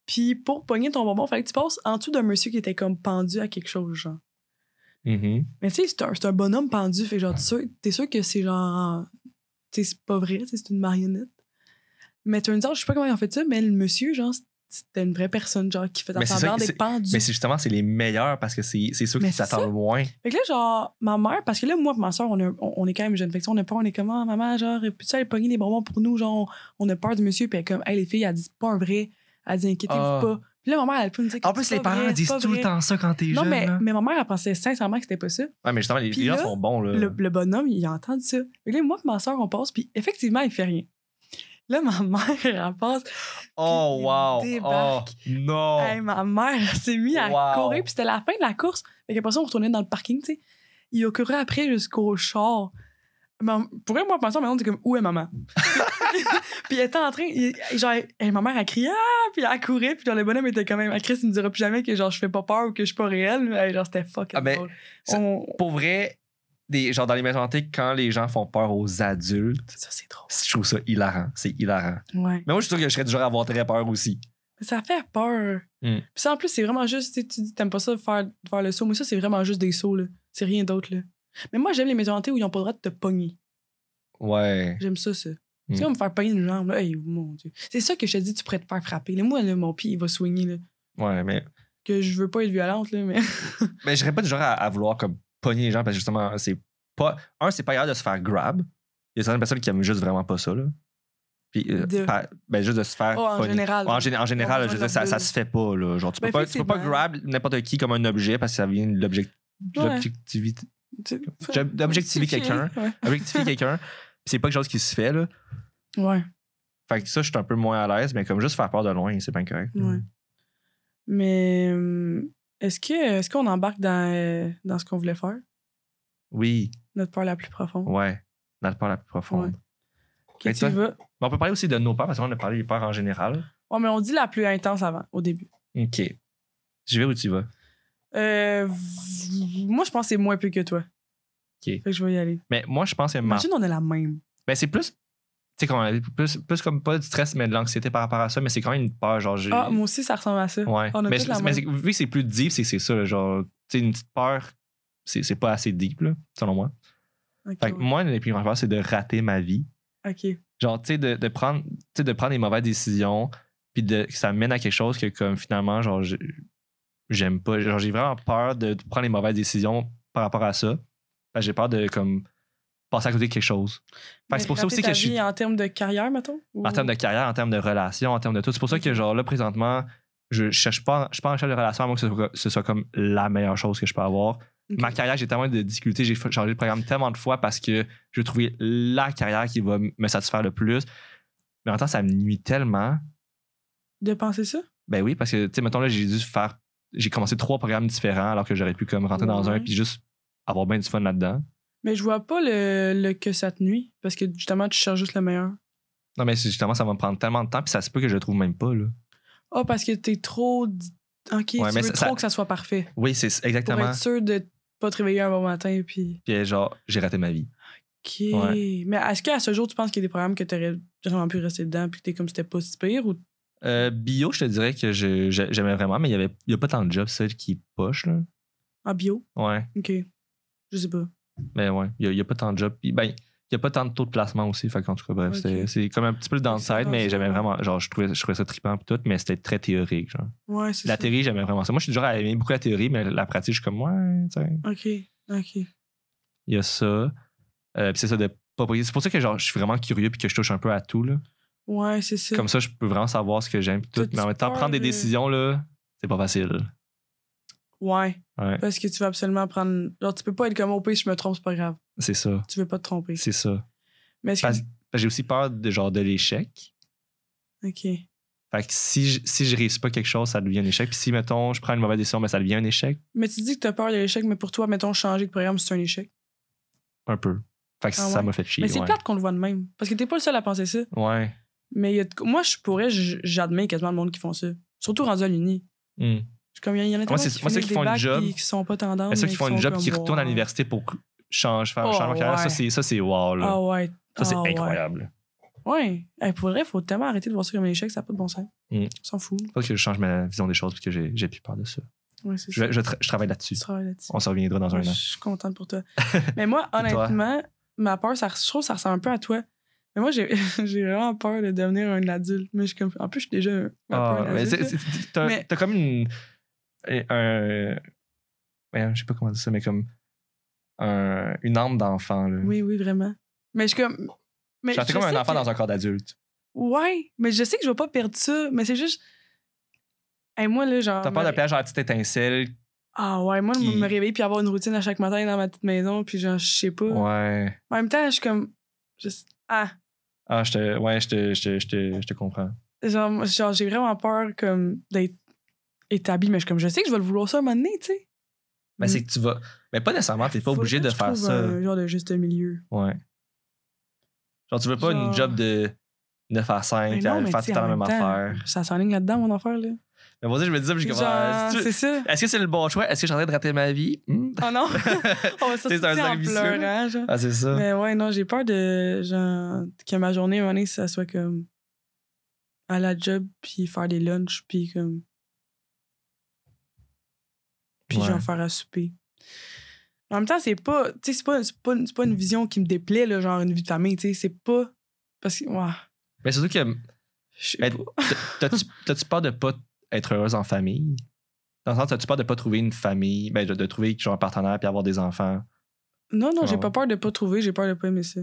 Speaker 5: Puis, pour pogner ton bonbon, il fallait que tu passes en dessous d'un monsieur qui était comme pendu à quelque chose, genre.
Speaker 4: Mhm.
Speaker 5: Mais tu sais, c'est un, c'est un bonhomme pendu. Fait que genre, t'es sûr, t'es sûr que c'est genre. Tu sais, c'est pas vrai, tu sais, c'est une marionnette. Mais tu me je sais pas comment ils ont fait ça, mais le monsieur, genre, c'était une vraie personne, genre, qui faisait
Speaker 4: Mais c'est
Speaker 5: semblant
Speaker 4: ça qui-
Speaker 5: d'être pendu.
Speaker 4: Mais c'est justement, c'est les meilleurs parce que c'est, c'est ceux
Speaker 5: Mais
Speaker 4: qui
Speaker 5: c'est ça.
Speaker 4: s'attendent moins.
Speaker 5: Fait que là, genre, ma mère, parce que là, moi et ma soeur, on, a- on- on est quand même jeunes. Fait que tu sais, on a peur, on est comme, Ah, maman, genre, peux-tu aller pogner des bonbons pour nous? Genre, on a peur du monsieur. Puis elle est comme, hey, les filles, elle dit, c'est pas un vrai. Elle dit, inquiétez-vous
Speaker 4: Ah.
Speaker 5: pas. Puis là, ma mère, elle peut me dire
Speaker 4: En plus,
Speaker 5: c'est
Speaker 4: les
Speaker 5: pas
Speaker 4: parents
Speaker 5: vrai, c'est
Speaker 4: disent
Speaker 5: pas
Speaker 4: tout
Speaker 5: vrai.
Speaker 4: le temps ça quand t'es
Speaker 5: Non,
Speaker 4: jeune.
Speaker 5: mais,
Speaker 4: là.
Speaker 5: mais ma mère, elle pensait sincèrement que c'était pas ça.
Speaker 4: Ouais, mais justement, les,
Speaker 5: Puis
Speaker 4: les gens
Speaker 5: là,
Speaker 4: sont bons. Là.
Speaker 5: le, le bonhomme, il a entendu ça. Fait que là, moi et ma soeur, on passe, puis effectivement, il fait rien. Là, ma [LAUGHS] mère, elle passe.
Speaker 4: Oh,
Speaker 5: Puis il
Speaker 4: wow! Oh,
Speaker 5: débarque.
Speaker 4: non!
Speaker 5: Hey, ma mère, elle s'est mise à
Speaker 4: Oh. Wow.
Speaker 5: courir, puis c'était la fin de la course. Fait qu'après ça, on retournait dans le parking, tu sais. Il a couru après jusqu'au char. Ma- Pour elle, moi, ma soeur, maintenant, c'est comme, où est maman? [LAUGHS] puis elle était en train, il- genre, hey, ma mère, elle criait, ah! puis elle courait, puis genre, le bonhomme était quand même, Chris, il me dira plus jamais que genre, je fais pas peur ou que je suis pas réelle. Mais, hey, genre, c'était fucking
Speaker 4: Ah, mais
Speaker 5: drôle.
Speaker 4: ça-
Speaker 5: On-
Speaker 4: Pour vrai, des, genre dans les maisons hantées, quand les gens font peur aux adultes,
Speaker 5: Ça, c'est drôle.
Speaker 4: je trouve ça hilarant. C'est hilarant.
Speaker 5: Ouais.
Speaker 4: Mais moi, je suis sûr que je serais du genre à avoir très peur aussi.
Speaker 5: Mais ça fait peur.
Speaker 4: Mm.
Speaker 5: Puis ça, en plus, c'est vraiment juste, tu sais, tu dis, t'aimes pas ça faire, faire le saut, mais ça, c'est vraiment juste des sauts, là. C'est rien d'autre, là. Mais moi, j'aime les maisons hantées où ils ont pas le droit de te pogner.
Speaker 4: Ouais.
Speaker 5: J'aime ça, ça.
Speaker 4: Mm.
Speaker 5: Tu sais, on me faire pogner une jambe, là. Hey, mon Dieu. C'est ça que je te dis, tu pourrais te faire frapper. Là, moi, là, mon pied, il va soigner, là.
Speaker 4: Ouais, mais,
Speaker 5: Que je veux pas être violente, là, mais.
Speaker 4: mais je serais pas du genre à, à vouloir comme pogner les gens parce que justement, c'est pas. Un, c'est pas grave de se faire grab. Il y a certaines personnes qui aiment juste vraiment pas ça, là. Puis, euh,
Speaker 5: De-
Speaker 4: par- ben, juste de se faire
Speaker 5: [LAUGHS] Oh, en
Speaker 4: pogner.
Speaker 5: général.
Speaker 4: En, gé- en général,
Speaker 5: besoin
Speaker 4: je veux
Speaker 5: de
Speaker 4: dire, ça,
Speaker 5: leur
Speaker 4: ça
Speaker 5: bulle.
Speaker 4: se fait pas. Là. Genre, tu, peux
Speaker 5: Ben,
Speaker 4: pas, tu peux pas
Speaker 5: effectivement.
Speaker 4: grab n'importe qui comme un objet parce que ça vient de l'object-
Speaker 5: Ouais.
Speaker 4: l'objectivité.
Speaker 5: Tu-
Speaker 4: J'ab- d'objectiver
Speaker 5: C'est-
Speaker 4: quelqu'un.
Speaker 5: Ouais.
Speaker 4: Objectifier quelqu'un, pis c'est pas quelque chose qui se fait. Là.
Speaker 5: Ouais,
Speaker 4: Fait que ça, je suis un peu moins à l'aise, mais comme juste faire peur de loin, c'est bien correct.
Speaker 5: ouais. Mais. euh, Est-ce que est-ce qu'on embarque dans, euh, dans ce qu'on voulait faire?
Speaker 4: Oui,
Speaker 5: Notre peur la plus profonde.
Speaker 4: ouais. Dans le peur la plus profonde.
Speaker 5: Que
Speaker 4: Mais
Speaker 5: tu
Speaker 4: Oh, toi-
Speaker 5: vas-
Speaker 4: Mais on peut parler aussi de nos peurs, parce qu'on a parlé des peurs en général.
Speaker 5: Ouais, mais on dit la plus intense avant, au début.
Speaker 4: OK. Je vais où tu vas.
Speaker 5: Euh, v- moi, je pense que c'est moins peu que toi. Fait que je vais y aller.
Speaker 4: Mais moi, je pense que ma...
Speaker 5: Imagine, on a la même.
Speaker 4: ben, c'est plus. Tu sais, qu'on a- plus, plus comme pas du stress, mais de l'anxiété par rapport à ça, mais c'est quand même une peur. Genre, j'ai-
Speaker 5: Ah, moi aussi, ça ressemble à ça.
Speaker 4: Ouais.
Speaker 5: On a
Speaker 4: mais
Speaker 5: toutes
Speaker 4: je-
Speaker 5: la
Speaker 4: mais
Speaker 5: même.
Speaker 4: c'est- vu que c'est plus deep, c'est c'est ça. là, genre, tu sais, une petite peur, c'est c'est pas assez deep, là, selon moi.
Speaker 5: Ok,
Speaker 4: Fait que
Speaker 5: ouais.
Speaker 4: moi, une des plus grandes peurs, c'est de rater ma vie.
Speaker 5: Ok.
Speaker 4: Genre, tu sais, de, de prendre, tu sais, de prendre des mauvaises décisions, puis de, que ça mène à quelque chose que, comme, finalement, genre, j'ai- j'aime pas. Genre, j'ai vraiment peur de de prendre les mauvaises décisions par rapport à ça. Parce que j'ai peur de, comme, passer à côté de quelque chose. Fait
Speaker 5: Mais
Speaker 4: que c'est pour ça
Speaker 5: rater
Speaker 4: aussi
Speaker 5: ta
Speaker 4: que je suis
Speaker 5: vie en termes de carrière, mettons?
Speaker 4: en termes de carrière, en termes de relations, en termes de tout. C'est pour ça que, genre, là, présentement, je cherche pas, je suis pas en recherche de relation, à moins que ce soit, ce soit comme la meilleure chose que je peux avoir.
Speaker 5: Ok.
Speaker 4: Ma carrière, j'ai tellement de difficultés, j'ai fa- changé de programme tellement de fois parce que je veux trouver la carrière qui va m- me satisfaire le plus. Mais en même temps, ça me nuit tellement.
Speaker 5: De penser ça?
Speaker 4: Ben oui, parce que, tu sais, mettons, là, j'ai dû faire. J'ai commencé trois programmes différents alors que j'aurais pu comme rentrer dans
Speaker 5: Ouais.
Speaker 4: un puis juste avoir bien du fun là-dedans.
Speaker 5: Mais je vois pas le, le que ça te nuit, parce que justement, tu cherches juste le meilleur.
Speaker 4: Non, mais c'est- justement, ça va me prendre tellement de temps puis ça se peut que je le trouve même pas, là.
Speaker 5: Ah, parce que t'es trop. di- Ok,
Speaker 4: Ouais,
Speaker 5: tu
Speaker 4: mais
Speaker 5: veux
Speaker 4: ça-
Speaker 5: trop
Speaker 4: ça-
Speaker 5: que ça soit parfait.
Speaker 4: Oui, c'est
Speaker 5: Pour
Speaker 4: exactement.
Speaker 5: être sûr de pas te réveiller un bon matin, puis.
Speaker 4: Puis genre, j'ai raté ma vie.
Speaker 5: Ok.
Speaker 4: Ouais.
Speaker 5: Mais est-ce qu'à ce jour, tu penses qu'il y a des programmes que t'aurais vraiment pu rester dedans, puis que t'es comme c'était pas si pire, ou
Speaker 4: Euh, bio, je te dirais que je- je- j'aimais vraiment, mais il y avait il y a pas tant de jobs, celle qui poche, là.
Speaker 5: en bio?
Speaker 4: Ouais,
Speaker 5: Ok. Je sais pas.
Speaker 4: mais ouais, il y a- il y a, pas tant de jobs. Puis, ben, il y a pas tant de taux de placement aussi. Fait qu'en tout cas, bref,
Speaker 5: Ok.
Speaker 4: c'était- c'est comme un petit peu le
Speaker 5: C'est
Speaker 4: downside, mais
Speaker 5: bon,
Speaker 4: j'aimais
Speaker 5: ça.
Speaker 4: vraiment, genre, je trouvais, je trouvais ça trippant et tout, mais c'était très théorique, genre.
Speaker 5: Ouais, c'est
Speaker 4: La
Speaker 5: ça.
Speaker 4: théorie, j'aimais vraiment ça. Moi, je suis du genre à aimer beaucoup la théorie, mais la pratique, je suis comme, ouais, tu sais,
Speaker 5: Ok. Ok.
Speaker 4: il y a ça. Euh, puis c'est ça de pas briser. C'est pour ça que, genre, je suis vraiment curieux puis que je touche un peu à tout, là.
Speaker 5: Ouais, c'est ça.
Speaker 4: Comme ça, je peux vraiment savoir ce que j'aime pis tout.
Speaker 5: T'as-tu
Speaker 4: Mais en même temps,
Speaker 5: peur
Speaker 4: prendre des
Speaker 5: de-
Speaker 4: décisions, là, c'est pas facile.
Speaker 5: Ouais.
Speaker 4: Ouais.
Speaker 5: Parce que tu vas absolument prendre. Genre, tu peux pas être comme au pire, je me trompe, c'est pas grave.
Speaker 4: C'est ça.
Speaker 5: Tu veux pas te tromper.
Speaker 4: C'est ça.
Speaker 5: Mais est-ce que.
Speaker 4: Parce- Parce que J'ai aussi peur de, genre, de l'échec.
Speaker 5: Ok.
Speaker 4: Fait que si je, si je réussis pas quelque chose, ça devient un échec. Puis si, mettons, je prends une mauvaise décision, mais ça devient un échec,
Speaker 5: Mais tu dis que t'as peur de l'échec, mais pour toi, mettons, changer de programme, c'est un échec.
Speaker 4: un peu. Fait que
Speaker 5: Ah
Speaker 4: ça
Speaker 5: ouais.
Speaker 4: m'a fait chier.
Speaker 5: Mais c'est
Speaker 4: ouais.
Speaker 5: plate qu'on le voit de même. Parce que t'es pas le seul à penser ça.
Speaker 4: Ouais.
Speaker 5: Mais il y a de- moi, je pourrais, j- j'admets quasiment le monde qui font ça. Surtout rendu à l'uni.
Speaker 4: Hmm.
Speaker 5: Je suis Comme il y en a tellement
Speaker 4: c'est-
Speaker 5: qui
Speaker 4: moi, ceux
Speaker 5: finissent
Speaker 4: qui
Speaker 5: des
Speaker 4: font une
Speaker 5: bacs
Speaker 4: job-
Speaker 5: puis qui sont pas tendants.
Speaker 4: Mais ceux qui font une job
Speaker 5: et
Speaker 4: qui retournent à l'université pour change, faire un
Speaker 5: Oh,
Speaker 4: changement de carrière, ça,
Speaker 5: ouais.
Speaker 4: c'est, ça, c'est wow. Là.
Speaker 5: Ah ouais.
Speaker 4: ça, c'est
Speaker 5: ah ouais.
Speaker 4: incroyable.
Speaker 5: Ouais. Hey, pour vrai, faut tellement arrêter de voir ça comme un échec, ça n'a pas de bon sens.
Speaker 4: Mm.
Speaker 5: On s'en fout.
Speaker 4: Faut que je change ma vision des choses parce que j'ai, j'ai plus peur de ça.
Speaker 5: Ouais, c'est
Speaker 4: Je,
Speaker 5: ça.
Speaker 4: je tra- je travaille là-dessus.
Speaker 5: Tu travailles Ah, là-dessus.
Speaker 4: On se reviendra dans un
Speaker 5: Je
Speaker 4: an.
Speaker 5: suis contente pour
Speaker 4: [LAUGHS]
Speaker 5: toi. Mais moi,
Speaker 4: Et toi?
Speaker 5: honnêtement, ma peur, ça, je trouve que ça ressemble un peu à toi. Mais moi, j'ai [LAUGHS] j'ai vraiment peur de devenir un adulte. Mais je suis comme- En plus, je suis déjà un, un peu
Speaker 4: Ah,
Speaker 5: un
Speaker 4: mais
Speaker 5: adulte.
Speaker 4: c'est-
Speaker 5: là.
Speaker 4: c'est- t'as,
Speaker 5: Mais-
Speaker 4: t'as comme une. Un. voyons, Je sais pas comment dire ça, mais comme. un- une âme d'enfant. Là.
Speaker 5: Oui, oui, vraiment. Mais je suis comme. Mais
Speaker 4: Genre, t'es
Speaker 5: je
Speaker 4: comme un
Speaker 5: sais
Speaker 4: enfant
Speaker 5: que-
Speaker 4: dans un corps d'adulte.
Speaker 5: Ouais, mais je sais que je vais pas perdre ça. Mais c'est juste. Hey, moi, là, genre.
Speaker 4: T'as peur
Speaker 5: me-
Speaker 4: de perdre genre, la petite étincelle.
Speaker 5: Ah ouais, moi, de
Speaker 4: qui-
Speaker 5: me réveiller puis avoir une routine à chaque matin dans ma petite maison, puis genre, je sais pas.
Speaker 4: Ouais.
Speaker 5: En même temps, je suis comme. je sais- Ah,
Speaker 4: Ah, je te, ouais, je te, je te, je te, je te comprends.
Speaker 5: genre, moi, genre, j'ai vraiment peur comme d'être établi, mais je suis comme, je sais que je vais le vouloir ça un moment donné, tu sais.
Speaker 4: Mais
Speaker 5: Mm.
Speaker 4: c'est que tu vas. Mais pas nécessairement, t'es pas
Speaker 5: Faudrait
Speaker 4: obligé
Speaker 5: que
Speaker 4: de
Speaker 5: je
Speaker 4: faire
Speaker 5: trouve
Speaker 4: ça.
Speaker 5: Un genre de juste milieu.
Speaker 4: Ouais. Genre, tu veux pas
Speaker 5: Genre-
Speaker 4: une job de 9 à 5,
Speaker 5: Mais non,
Speaker 4: à
Speaker 5: mais
Speaker 4: faire
Speaker 5: tu sais,
Speaker 4: tout le temps la
Speaker 5: en
Speaker 4: même
Speaker 5: même temps,
Speaker 4: affaire.
Speaker 5: Ça s'enligne là-dedans, mon affaire, là.
Speaker 4: Mais vas-y, je me disais, puis je
Speaker 5: Genre,
Speaker 4: commence. Ah, si tu-
Speaker 5: c'est ça.
Speaker 4: Est-ce que c'est le bon choix? Est-ce que j'ai en train de rater ma vie?
Speaker 5: [LAUGHS]
Speaker 4: Hmm.
Speaker 5: Oh
Speaker 4: [LAUGHS]
Speaker 5: non! On va sortir
Speaker 4: C'est un
Speaker 5: en
Speaker 4: cercle vicieux.
Speaker 5: pleurant, genre.
Speaker 4: Ah, c'est ça.
Speaker 5: Mais ouais, non, j'ai peur de. Genre, que ma journée, un moment donné, ça soit comme. à la job, puis faire des lunchs, puis comme. Puis
Speaker 4: Ouais.
Speaker 5: genre faire à souper. En même temps, c'est pas. Tu sais, c'est pas, c'est pas, c'est pas une vision qui me déplaît, là, genre une vie de famille, tu sais. C'est pas. Parce que. ouah,
Speaker 4: Mais surtout que.
Speaker 5: je sais
Speaker 4: mais
Speaker 5: pas.
Speaker 4: t'as- T'as-tu t'as-tu peur de pas être heureuse en famille? Dans le sens, t'as-tu peur de pas trouver une famille? Ben, de, de trouver genre, un partenaire puis avoir des enfants?
Speaker 5: Non, non, j'ai
Speaker 4: Ah
Speaker 5: pas
Speaker 4: ouais.
Speaker 5: peur de pas trouver, j'ai peur de pas aimer ça.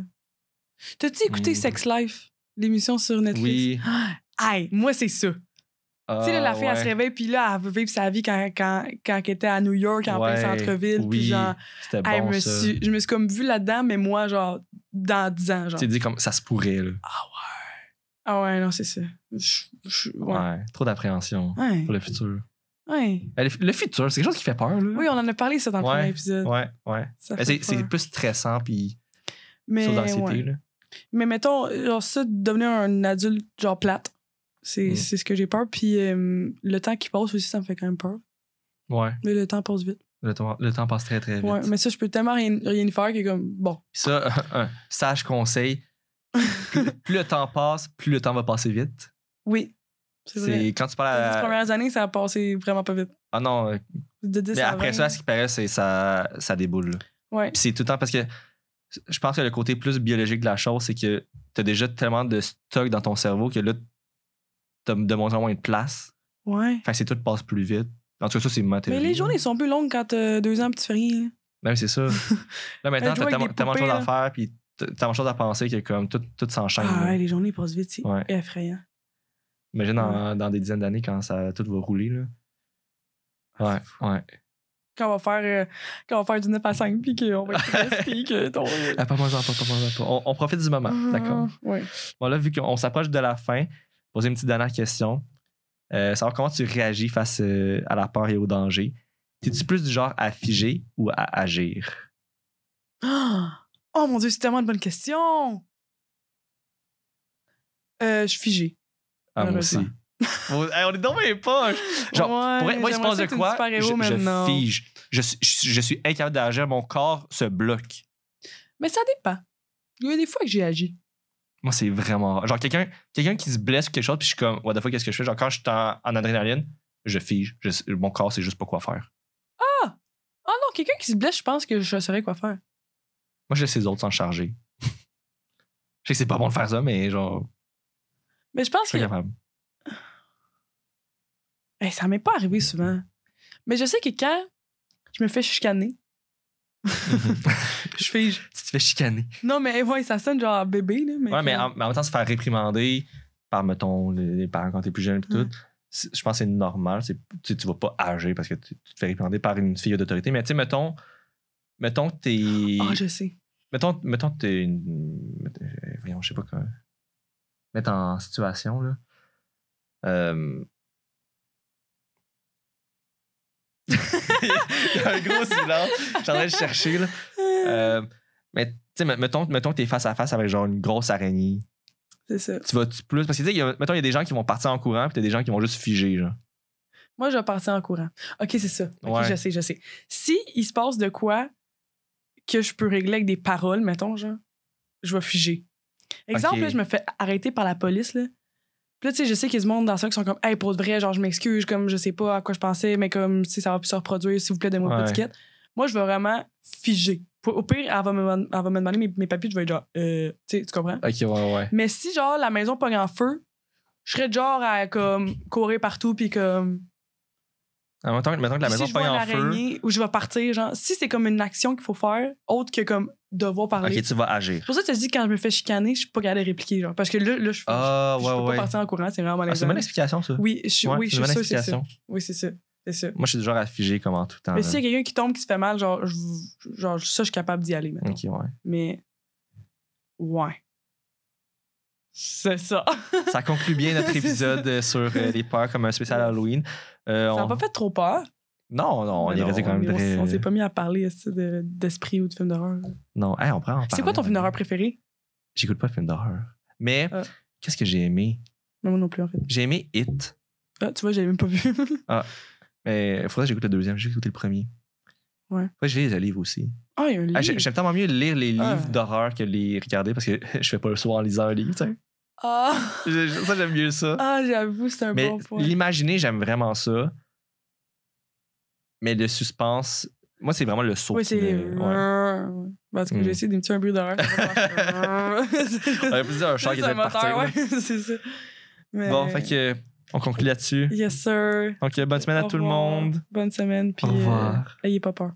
Speaker 5: T'as-tu écouté
Speaker 4: Mm.
Speaker 5: Sex Life, l'émission sur Netflix?
Speaker 4: Oui.
Speaker 5: Aïe, moi, c'est ça. Tu sais, là,
Speaker 4: Ah,
Speaker 5: la fille, elle se réveille, puis là, elle veut vivre sa vie quand, quand, quand elle était à New York, en plein centre-ville, puis genre,
Speaker 4: C'était
Speaker 5: hey,
Speaker 4: bon,
Speaker 5: me
Speaker 4: ça.
Speaker 5: suis- je me suis comme vue là-dedans, mais moi, genre, dans 10 ans,
Speaker 4: Tu
Speaker 5: genre.
Speaker 4: t'es dit comme ça se pourrait, là.
Speaker 5: Ah ouais, non, c'est ça. Je- je- ouais. Ouais.
Speaker 4: Ouais. Trop d'appréhension
Speaker 5: Ouais.
Speaker 4: pour le futur. Ben, Le, le futur, c'est quelque chose qui fait peur, là.
Speaker 5: Oui, on en a parlé, ça, dans le
Speaker 4: Ouais.
Speaker 5: premier épisode.
Speaker 4: Ouais, ouais.
Speaker 5: Ça
Speaker 4: Mais
Speaker 5: fait
Speaker 4: c'est- c'est
Speaker 5: peur.
Speaker 4: plus stressant puis
Speaker 5: Mais,
Speaker 4: sur l'anxiété.
Speaker 5: ouais.
Speaker 4: là.
Speaker 5: Mais mettons, genre, ça, de devenir un adulte, genre, plate, c'est
Speaker 4: Mm.
Speaker 5: c'est ce que j'ai peur. Puis euh, le temps qui passe aussi, ça me fait quand même peur.
Speaker 4: Ouais.
Speaker 5: Mais le temps passe vite.
Speaker 4: Le temps, le temps passe très, très vite.
Speaker 5: Ouais, mais ça, je peux tellement rien, rien y faire que, comme, bon.
Speaker 4: Ça, [LAUGHS] un, un sage
Speaker 5: [LAUGHS]
Speaker 4: conseil. Plus, plus le temps passe, plus le temps va passer vite.
Speaker 5: Oui. C'est vrai.
Speaker 4: C'est quand tu parles
Speaker 5: Les dix
Speaker 4: à.
Speaker 5: premières années, ça a passé vraiment pas vite.
Speaker 4: Ah non,
Speaker 5: De 10
Speaker 4: mais
Speaker 5: à
Speaker 4: après
Speaker 5: 20.
Speaker 4: ça, à ce qui paraît, c'est ça, ça déboule. là.
Speaker 5: Ouais.
Speaker 4: Puis c'est tout le temps parce que je pense que le côté plus biologique de la chose, c'est que t'as déjà tellement de stock dans ton cerveau que là, t'as de moins en moins de place.
Speaker 5: Ouais.
Speaker 4: Fait que c'est tout passe plus vite. En tout cas, ça, c'est ma
Speaker 5: Mais
Speaker 4: théorie,
Speaker 5: les
Speaker 4: là.
Speaker 5: journées sont plus longues quand t'as deux ans pis tu fais rien. là.
Speaker 4: Ben oui, c'est
Speaker 5: [LAUGHS]
Speaker 4: ça. Là, maintenant,
Speaker 5: Elle
Speaker 4: t'as
Speaker 5: joue avec
Speaker 4: tellement
Speaker 5: des
Speaker 4: tellement de
Speaker 5: poupées,
Speaker 4: choses à
Speaker 5: là.
Speaker 4: faire, puis t- tellement de choses à penser que comme tout, tout s'enchaîne.
Speaker 5: Ah
Speaker 4: là.
Speaker 5: ouais, les journées passent vite, c'est
Speaker 4: Ouais.
Speaker 5: effrayant.
Speaker 4: Imagine dans, dans des dizaines d'années quand ça tout va rouler. Là.
Speaker 5: Ah,
Speaker 4: Ouais, ouais.
Speaker 5: Quand on va faire, euh, quand on va faire du 9 à 5, puis qu'on
Speaker 4: [LAUGHS]
Speaker 5: va être triste, puis que ton. euh,
Speaker 4: Ah, pas moi, pas, pas, moi, pas. On, on profite du moment,
Speaker 5: Ah.
Speaker 4: d'accord?
Speaker 5: Oui.
Speaker 4: Bon, là, vu qu'on s'approche de la fin, poser une petite dernière question. Euh, savoir comment tu réagis face euh, à la peur et au danger. T'es-tu plus du genre à figer ou à agir?
Speaker 5: Oh mon dieu, c'est tellement une bonne question! Euh, je suis figée.
Speaker 4: Ah, moi aussi.
Speaker 5: Malheureusement.
Speaker 4: [LAUGHS] Bon, hey, on est dans mes poches! Genre,
Speaker 5: Ouais,
Speaker 4: pour- moi, il se
Speaker 5: j'aimerais
Speaker 4: passe
Speaker 5: ça
Speaker 4: de
Speaker 5: que t'aies
Speaker 4: quoi?
Speaker 5: une super
Speaker 4: Je,
Speaker 5: héros, mais
Speaker 4: je
Speaker 5: non.
Speaker 4: fige. Je, suis- je suis- je suis incapable d'agir. Mon corps se bloque.
Speaker 5: Mais ça dépend. Il y a des fois que j'ai agi.
Speaker 4: Moi, c'est vraiment rare. Genre, quelqu'un quelqu'un qui se blesse ou quelque chose, puis je suis comme, what the fuck, qu'est-ce que je fais? Genre, quand je suis en, en adrénaline, je fige. Je- mon corps, c'est juste pas quoi faire.
Speaker 5: Oh non, quelqu'un qui se blesse, je pense que je saurais quoi faire.
Speaker 4: Moi, je laisse les autres s'en charger. [LAUGHS] je sais que c'est pas bon de faire ça, mais genre,
Speaker 5: Mais je pense
Speaker 4: je
Speaker 5: que.
Speaker 4: suis capable.
Speaker 5: Hey, ça m'est pas arrivé souvent. Mais je sais que quand je me
Speaker 4: [LAUGHS]
Speaker 5: fais chicaner, je fige.
Speaker 4: Tu te fais chicaner.
Speaker 5: Non, mais ouais, ça sonne genre bébé, là. Mais
Speaker 4: Ouais, mais
Speaker 5: comme-
Speaker 4: en, mais en même temps, se faire réprimander par, mettons, les, les parents quand t'es plus jeune et
Speaker 5: Ouais.
Speaker 4: tout, c'est- je pense que c'est normal. C'est- Tu, tu vas pas agir parce que tu, tu te fais réprimander par une figure d'autorité. Mais tu sais, mettons, mettons que t'es.
Speaker 5: Ah, je sais.
Speaker 4: Mettons, mettons que t'es une. mettons- euh, Voyons, je sais pas quoi. Mettre en situation, là. Euh... [LAUGHS] Il y a un gros silence. Je suis en train de chercher, là. Euh, mais tu sais, me- mettons, mettons que t'es face à face avec genre une grosse araignée.
Speaker 5: C'est ça.
Speaker 4: Tu vas -tu plus. Parce que tu sais, il y a- mettons, il y a des gens qui vont partir en courant, puis t'as des gens qui vont juste figer, genre.
Speaker 5: Moi, je vais partir en courant. OK, c'est ça. OK,
Speaker 4: Ouais.
Speaker 5: je sais, je sais. Si il se passe de quoi que je peux régler avec des paroles, mettons, genre, je vais figer. Exemple,
Speaker 4: Ok.
Speaker 5: là, je me fais arrêter par la police, là. Puis là, tu sais, je sais qu'il y a du monde dans ça qui sont comme, hey, pour de vrai, genre, je m'excuse, comme, je sais pas à quoi je pensais, mais comme, si ça va plus se reproduire, s'il vous plaît, donnez-moi pas
Speaker 4: Ouais.
Speaker 5: d'étiquette. Moi, je vais vraiment figer. Pour- Au pire, elle va me, elle va me demander mes, mes papiers, je vais être genre, euh, tu sais, tu comprends?
Speaker 4: Ok, ouais, ouais.
Speaker 5: Mais si, genre, la maison pogne en feu, je serais du genre à, comme, courir partout, puis comme,
Speaker 4: Ah, mettons, mettons que la
Speaker 5: puis
Speaker 4: maison
Speaker 5: si je vois
Speaker 4: pogne
Speaker 5: une
Speaker 4: en feu.
Speaker 5: araignée ou je vais partir, genre, si c'est comme une action qu'il faut faire, autre que comme devoir parler.
Speaker 4: Ok, tu vas agir.
Speaker 5: C'est pour ça que je te dis, quand je me fais chicaner, je suis pas capable de répliquer, genre. Parce que là, là je,
Speaker 4: Ah,
Speaker 5: je, je
Speaker 4: ouais,
Speaker 5: peux pas
Speaker 4: ouais.
Speaker 5: partir en courant, c'est vraiment
Speaker 4: Ah, c'est
Speaker 5: malaisant.
Speaker 4: une bonne explication, ça.
Speaker 5: oui, je, suis-
Speaker 4: Ouais,
Speaker 5: oui,
Speaker 4: c'est
Speaker 5: je
Speaker 4: une
Speaker 5: suis
Speaker 4: bonne
Speaker 5: sûre que c'est ça.
Speaker 4: explication. Ah,
Speaker 5: Oui, c'est ça. C'est ça.
Speaker 4: Moi, je suis du genre à figer comme en tout temps.
Speaker 5: Mais
Speaker 4: là.
Speaker 5: s'il y a quelqu'un qui tombe, qui se fait mal, genre, je, genre ça, je suis capable d'y aller, maintenant.
Speaker 4: Ok, ouais.
Speaker 5: Mais, ouais. C'est ça. [LAUGHS]
Speaker 4: Ça conclut bien notre épisode euh, sur euh, les peurs comme un spécial Halloween. Euh,
Speaker 5: Ça
Speaker 4: on-
Speaker 5: n'a pas fait trop peur.
Speaker 4: Non, non, on
Speaker 5: Mais
Speaker 4: est
Speaker 5: non,
Speaker 4: resté quand même
Speaker 5: on-
Speaker 4: très. euh,
Speaker 5: On s'est pas mis à parler esti, de- d'esprit ou de film d'horreur.
Speaker 4: Non, hey, on prend. en
Speaker 5: C'est
Speaker 4: parler.
Speaker 5: quoi ton film d'horreur préféré?
Speaker 4: J'écoute pas de films d'horreur. Mais
Speaker 5: Ah.
Speaker 4: qu'est-ce que j'ai aimé
Speaker 5: Non, moi non plus, en fait.
Speaker 4: J'ai aimé It.
Speaker 5: Ah, tu vois, j'avais même pas vu. [LAUGHS]
Speaker 4: Mais faudrait que j'écoute le deuxième. J'ai écouté le premier.
Speaker 5: Ouais.
Speaker 4: Faudrait que je lise les livres aussi.
Speaker 5: Ah, il y a un livre.
Speaker 4: Ah, j'ai- J'aime tellement mieux lire les
Speaker 5: Ah.
Speaker 4: livres d'horreur que les regarder parce que [LAUGHS] je fais pas le soir en lisant un livre. tu sais.
Speaker 5: Ah,
Speaker 4: Je- je- Ça, j'aime mieux ça.
Speaker 5: Ah, j'avoue, c'est un
Speaker 4: Mais
Speaker 5: bon point.
Speaker 4: l'imaginer, j'aime vraiment ça. Mais le suspense, moi, c'est vraiment le saut.
Speaker 5: Oui,
Speaker 4: qui
Speaker 5: c'est.
Speaker 4: me- ouais.
Speaker 5: Ouais. Parce que
Speaker 4: Mm.
Speaker 5: j'ai essayé d'imiter un bruit d'horreur. ça va
Speaker 4: [LAUGHS]
Speaker 5: pas
Speaker 4: On avait
Speaker 5: marcher.
Speaker 4: plus dit un
Speaker 5: [LAUGHS] C'est
Speaker 4: char qui
Speaker 5: un
Speaker 4: était parti.
Speaker 5: moteur, ouais, [LAUGHS] c'est ça. Mais-
Speaker 4: Bon, fait que on conclut
Speaker 5: [LAUGHS]
Speaker 4: là-dessus.
Speaker 5: Yes, sir.
Speaker 4: Donc, bonne semaine à
Speaker 5: Au
Speaker 4: tout le
Speaker 5: revoir.
Speaker 4: monde.
Speaker 5: Bonne semaine, puis.
Speaker 4: Au
Speaker 5: euh,
Speaker 4: revoir.
Speaker 5: Ayez pas peur.